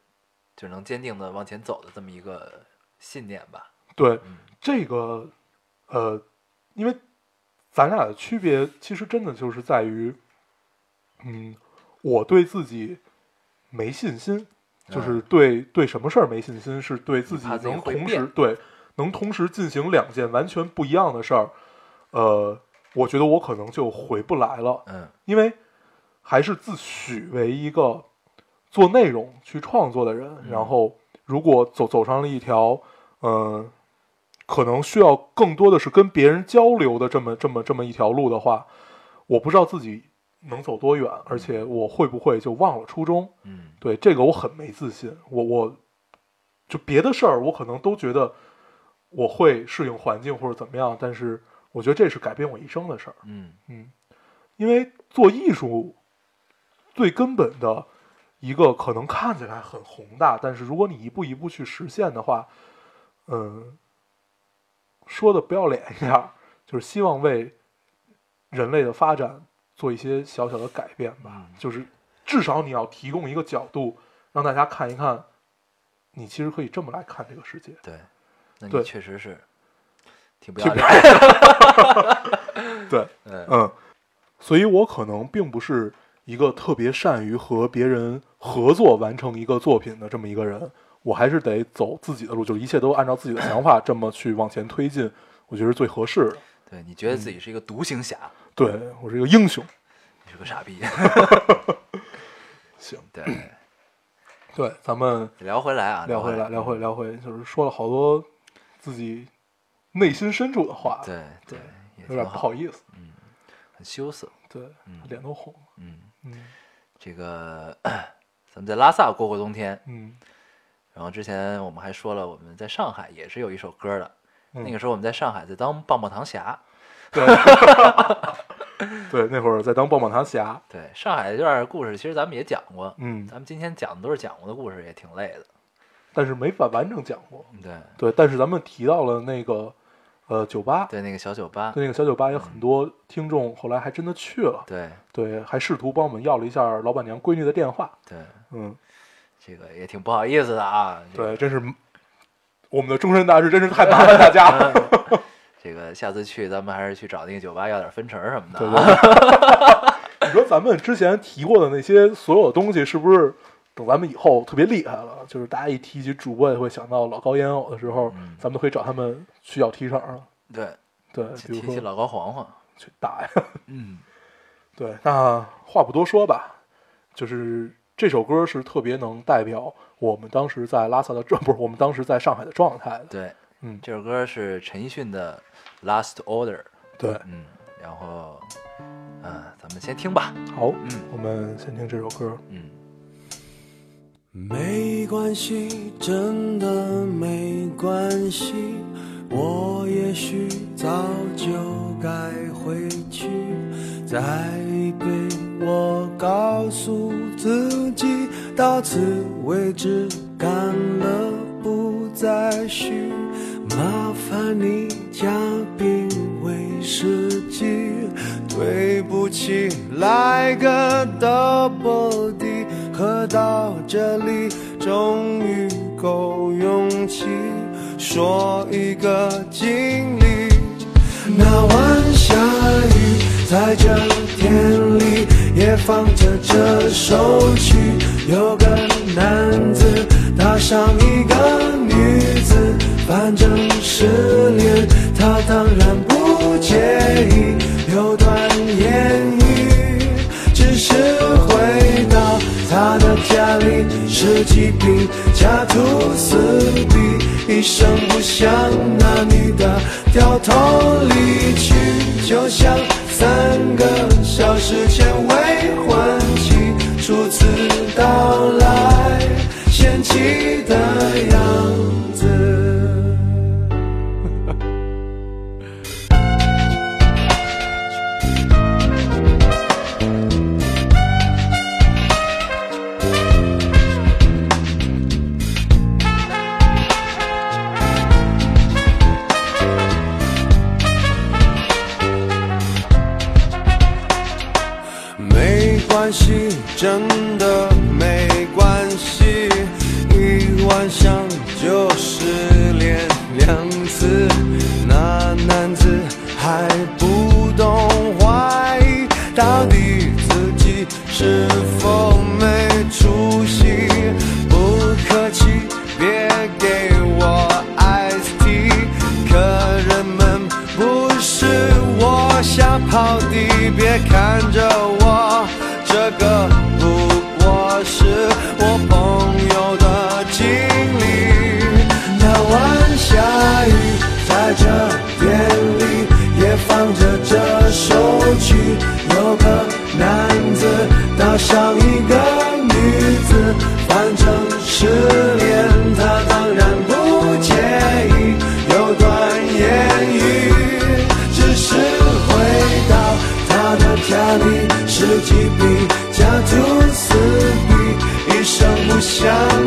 就能坚定的往前走的这么一个信念吧。对，嗯这个呃，因为咱俩的区别其实真的就是在于，嗯，我对自己没信心，就是对、对什么事儿没信心，是对自己嗯怕自己能会同时变对能同时进行两件完全不一样的事儿，呃，我觉得我可能就回不来了。嗯，因为还是自诩为一个做内容去创作的人，然后如果走走上了一条，嗯、可能需要更多的是跟别人交流的这么这么这么一条路的话，我不知道自己能走多远，而且我会不会就忘了初衷？嗯，对这个我很没自信，我我就别的事儿我可能都觉得我会适应环境或者怎么样，但是我觉得这是改变我一生的事儿。嗯，因为做艺术最根本的一个可能看起来很宏大，但是如果你一步一步去实现的话，嗯，说的不要脸一点儿，就是希望为人类的发展做一些小小的改变吧。就是至少你要提供一个角度，让大家看一看，你其实可以这么来看这个世界。对，那你对确实是挺不挺要不脸的。对，嗯嗯，所以我可能并不是一个特别善于和别人合作完成一个作品的这么一个人，我还是得走自己的路，就是一切都按照自己的想法这么去往前推进，我觉得是最合适的。对，你觉得自嗯己是一个独行侠，对我是一个英雄，你是个傻逼。行，对，对，咱们聊回来啊，聊回回来，聊回聊回，就是说了好多自己内心深处的话，嗯对对，也有点挺不好，好意思，很羞涩。对，脸都红了，嗯，嗯这个 [clears throat] 咱们在拉萨过过冬天，嗯，然后之前我们还说了，我们在上海也是有一首歌的。嗯那个时候我们在上海在当棒棒糖侠，对， [laughs] 对，那会儿在当棒棒糖侠，对上海这段故事，其实咱们也讲过。嗯咱们今天讲的都是讲过的故事，也挺累的。但是没法完整讲过。对对，但是咱们提到了那个呃酒吧，对，那个小酒吧，对那个小酒吧，有很多听众后来还真的去了，对对，还试图帮我们要了一下老板娘闺女的电话，对，嗯，这个也挺不好意思的啊。这对，个，真是我们的终身大事，真是太麻烦大家了，这个下次去咱们还是去找那个酒吧要点分成什么对的、对啊。对。 [laughs] 你说咱们之前提过的那些所有东西，是不是等咱们以后特别厉害了，就是大家一提起主播也会想到老高烟偶的时候，咱们都可以找他们去要 T 恤了。对对，比提如起说老高黄黄，去打呀。嗯，对，那话不多说吧，就是这首歌是特别能代表我们当时在拉萨的状， [laughs] 不是我们当时在上海的状态的。对，嗯这首歌是陈奕迅的《Last Order》，对，嗯，然后，嗯、咱们先听吧，好，嗯我们先听这首歌。嗯。没关系，真的没关系，我也许早就该回去。再一杯，我告诉自己，到此为止，干了不再续。麻烦你加冰威士忌，对不起，来个 double D。喝到这里，终于够勇气说一个经历。那晚下雨，在这天里也放着这首曲。有个男子搭上一个女子，反正失恋，他当然不介意。有段言语，只是回到他的家里，十几瓶家徒四壁，一声不响，那女的掉头离去，就像三个小时前未婚妻初次到来嫌弃的样子。没关系，真的没关系，一晚上就失恋两次，那男子还不懂怀疑，到底自己是否没出息？不客气，别给我 ice tea，可人们不是我想跑的，别看着我，这个不过是我朋友的经历。那晚下雨，在这店里也放着这首曲，有个男子搭上一个女子，反正失恋，他当然不介意，有段言语，只是回到他的家里，十几笔家徒四壁，一声不响，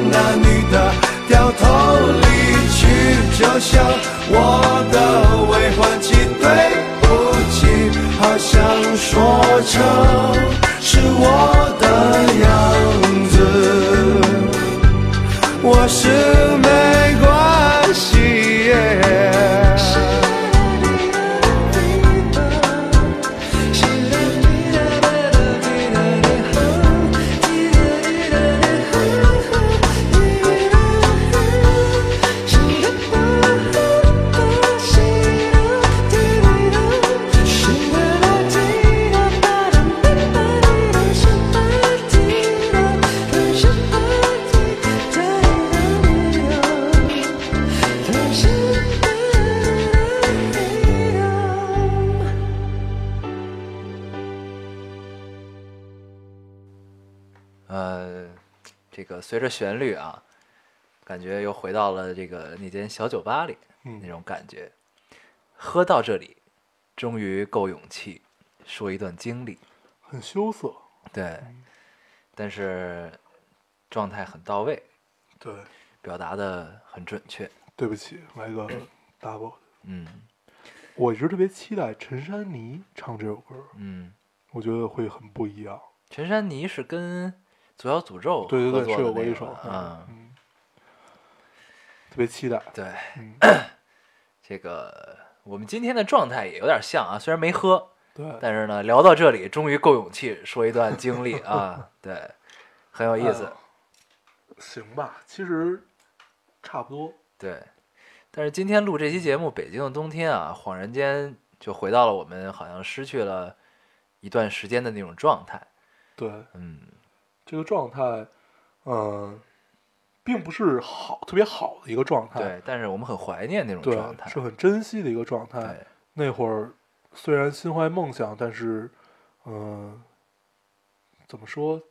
那女的掉头离去，就像我的未婚妻，对不起，好想说成是我的样子。我是没关系。呃，这个随着旋律啊，感觉又回到了这个那间小酒吧里嗯那种感觉。喝到这里，终于够勇气说一段经历，很羞涩。对，嗯但是状态很到位，对，表达的很准确。对不起，来 [clears throat] 个 double。嗯我一直特别期待陈珊妮唱这首歌，嗯，我觉得会很不一样。陈珊妮是跟左小诅咒对对合对，作是的有过那一个首，嗯，嗯，特别期待。对，嗯，这个我们今天的状态也有点像啊，虽然没喝，对，但是呢，聊到这里，终于够勇气说一段经历啊， [laughs] 对，很有意思哎，嗯行吧，其实差不多。对。但是今天录这期节目《北京的冬天》啊，恍然间就回到了我们好像失去了一段时间的那种状态。对，嗯，这个状态，嗯、并不是好特别好的一个状态，对。但是我们很怀念那种啊对状，态是，很珍惜的一个状态。对，那会儿虽然心怀梦想，但是，嗯、怎么说？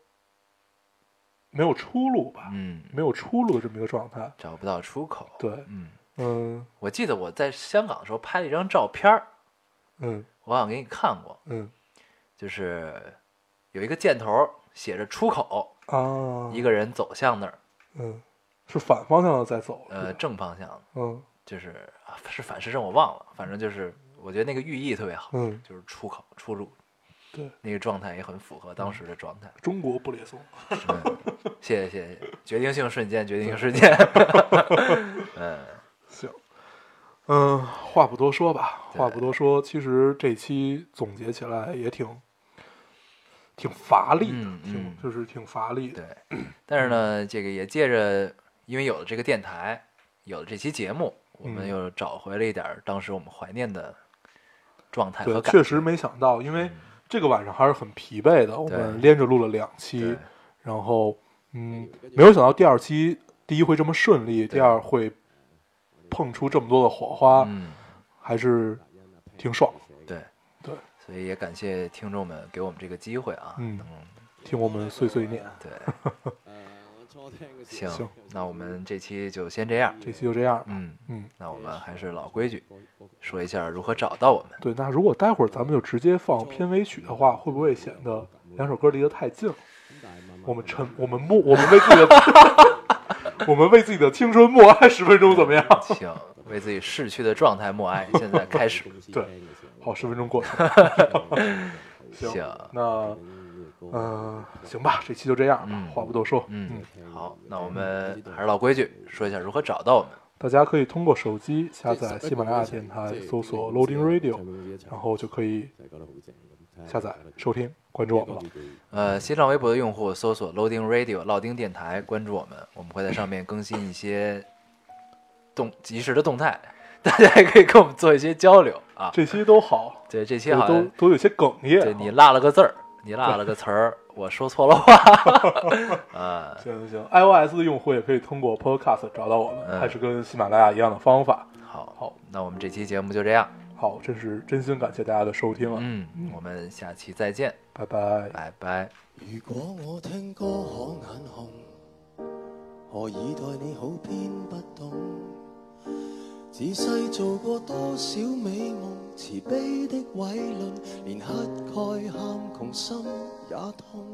没有出路吧，嗯，没有出路的这么一个状态。找不到出口。对，嗯，嗯我记得我在香港的时候拍了一张照片儿，嗯我好像给你看过，嗯就是有一个箭头写着“出口”，啊，一个人走向那儿，嗯是反方向的在走，呃，是吧正方向嗯就是啊是反时针我忘了，反正就是我觉得那个寓意特别好，嗯，就是出口出路，对，那个状态也很符合嗯当时的 [laughs] 状态。中国布列松，嗯谢谢谢谢，决定性瞬间，决定性瞬间。 [laughs] [laughs] 嗯，行，嗯，话不多说吧，对话不多说。其实这期总结起来也挺挺乏力的，嗯嗯挺就是挺乏力的。对。 [clears throat] 但是呢，这个也借着，因为有了这个电台，有了这期节目，我们嗯又找回了一点儿当时我们怀念的状态和对，感嗯确实没想到，因为这个晚上还是很疲惫的，我们连着录了两期对，然后嗯，没有想到第二期第一会这么顺利，第二会碰出这么多的火花，嗯，还是挺爽。对对，所以也感谢听众们给我们这个机会啊。嗯，听我们碎碎念， [laughs] 对，行，行那我们这期就先这样。这期就这样。嗯，嗯，那我们还是老规矩，说一下如何找到我们。 [laughs] 对，那如果待会儿咱们就直接放片尾曲的话，会不会显得两首歌离得太近了？我们沉，我们默，我们为自己的，我们为自己的 [laughs] 青春默哀十分钟怎么样？请为自己逝去的状态默哀。现在开始，对，好，十分钟过去。行，行那嗯、行吧，这期就这样吧，嗯话不多说。嗯，好，那我们还是老规矩，说一下如何找到我们。大家可以通过手机下载喜马拉雅电台，搜索 Loading Radio，然后就可以下载收听，关注我们了。呃，新浪微博的用户搜索 Loading Radio 老丁电台，关注我们，我们会在上面更新一些动及时的动态，大家也可以跟我们做一些交流啊。这期都好，对，这期好都像都有些哽咽啊。对你落了个字儿，你落了个词儿，我说错了话。啊，行行行，iOS 的用户也可以通过 Podcast 找到我们，嗯还是跟喜马拉雅一样的方法。好，好，那我们这期节目就这样。好，真是真心感谢大家的收听啊，嗯，我们下期再见，拜拜。拜拜。如果我聽歌可眼紅，何以待你好偏不懂？自細做過多少美夢，慈悲的偉論，連乞丐喊窮心也痛，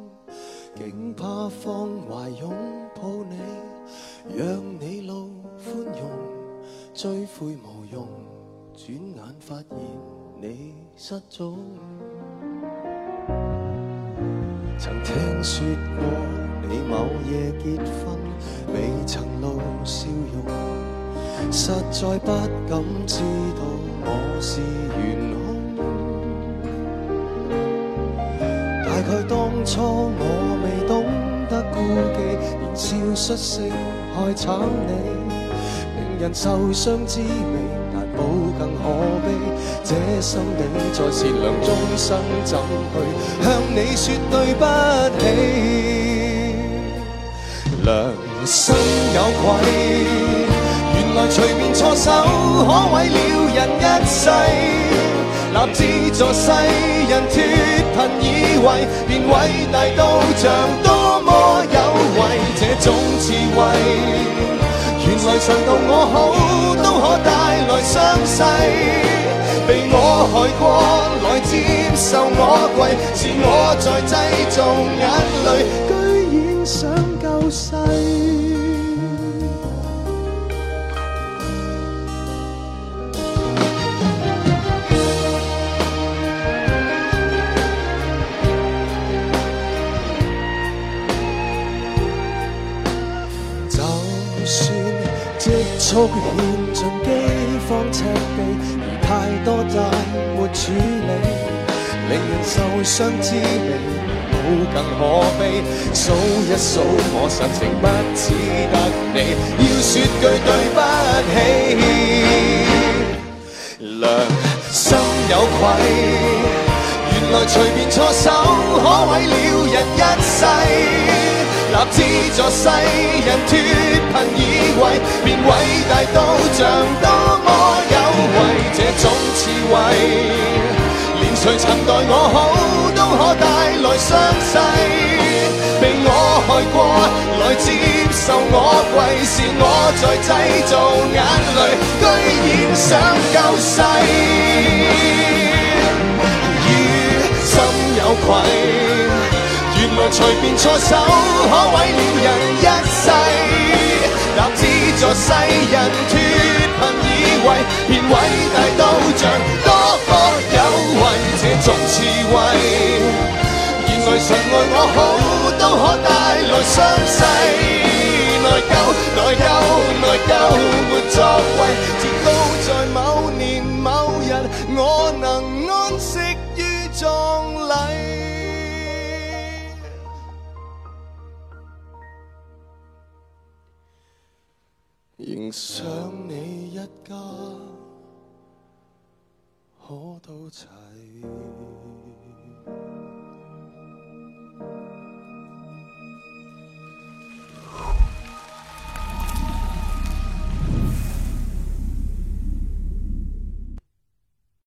竟怕放懷擁抱你，讓你路寬容，追悔無用，轉眼發現你失蹤。曾聽說過你某夜結婚，未曾露笑容，實在不敢知道我是元兇。大概當初我未懂得顧忌，年少率性害慘你，令人受傷滋味，難保更可悲。這心理在善良中生怎去向你說對不起？良心有愧，原來隨便錯手可毀了人一世。立志助世人脱貧以為，便偉大到像多麼有為，這種智慧，原來常同我好都可帶來傷勢。被我害過，來接受我跪，是我在製造眼淚，居然想救世。就算積蓄獻盡饑荒赤地，而太多債沒處理，令人受傷滋味，冇更可悲。數一數我實情不只得你，要說句對不起。良心有愧，原來隨便錯手可毀了人一世。立志助世人脱貧以為，便偉大到像多麼有為，這種智慧，連誰曾待我好，都可帶來傷勢。被我害過，來接受我跪，是我在製造眼淚，居然想救世。於心有愧，原來隨便錯手可毀了人一世。立志助世人脱貧以為，便偉大到像多麼有為，這種智慧。原來常愛我好，都可帶來傷勢。內疚，內疚，內疚，沒作為，直到在某年某日，我能安息於葬禮。仍想你一家，可到齊。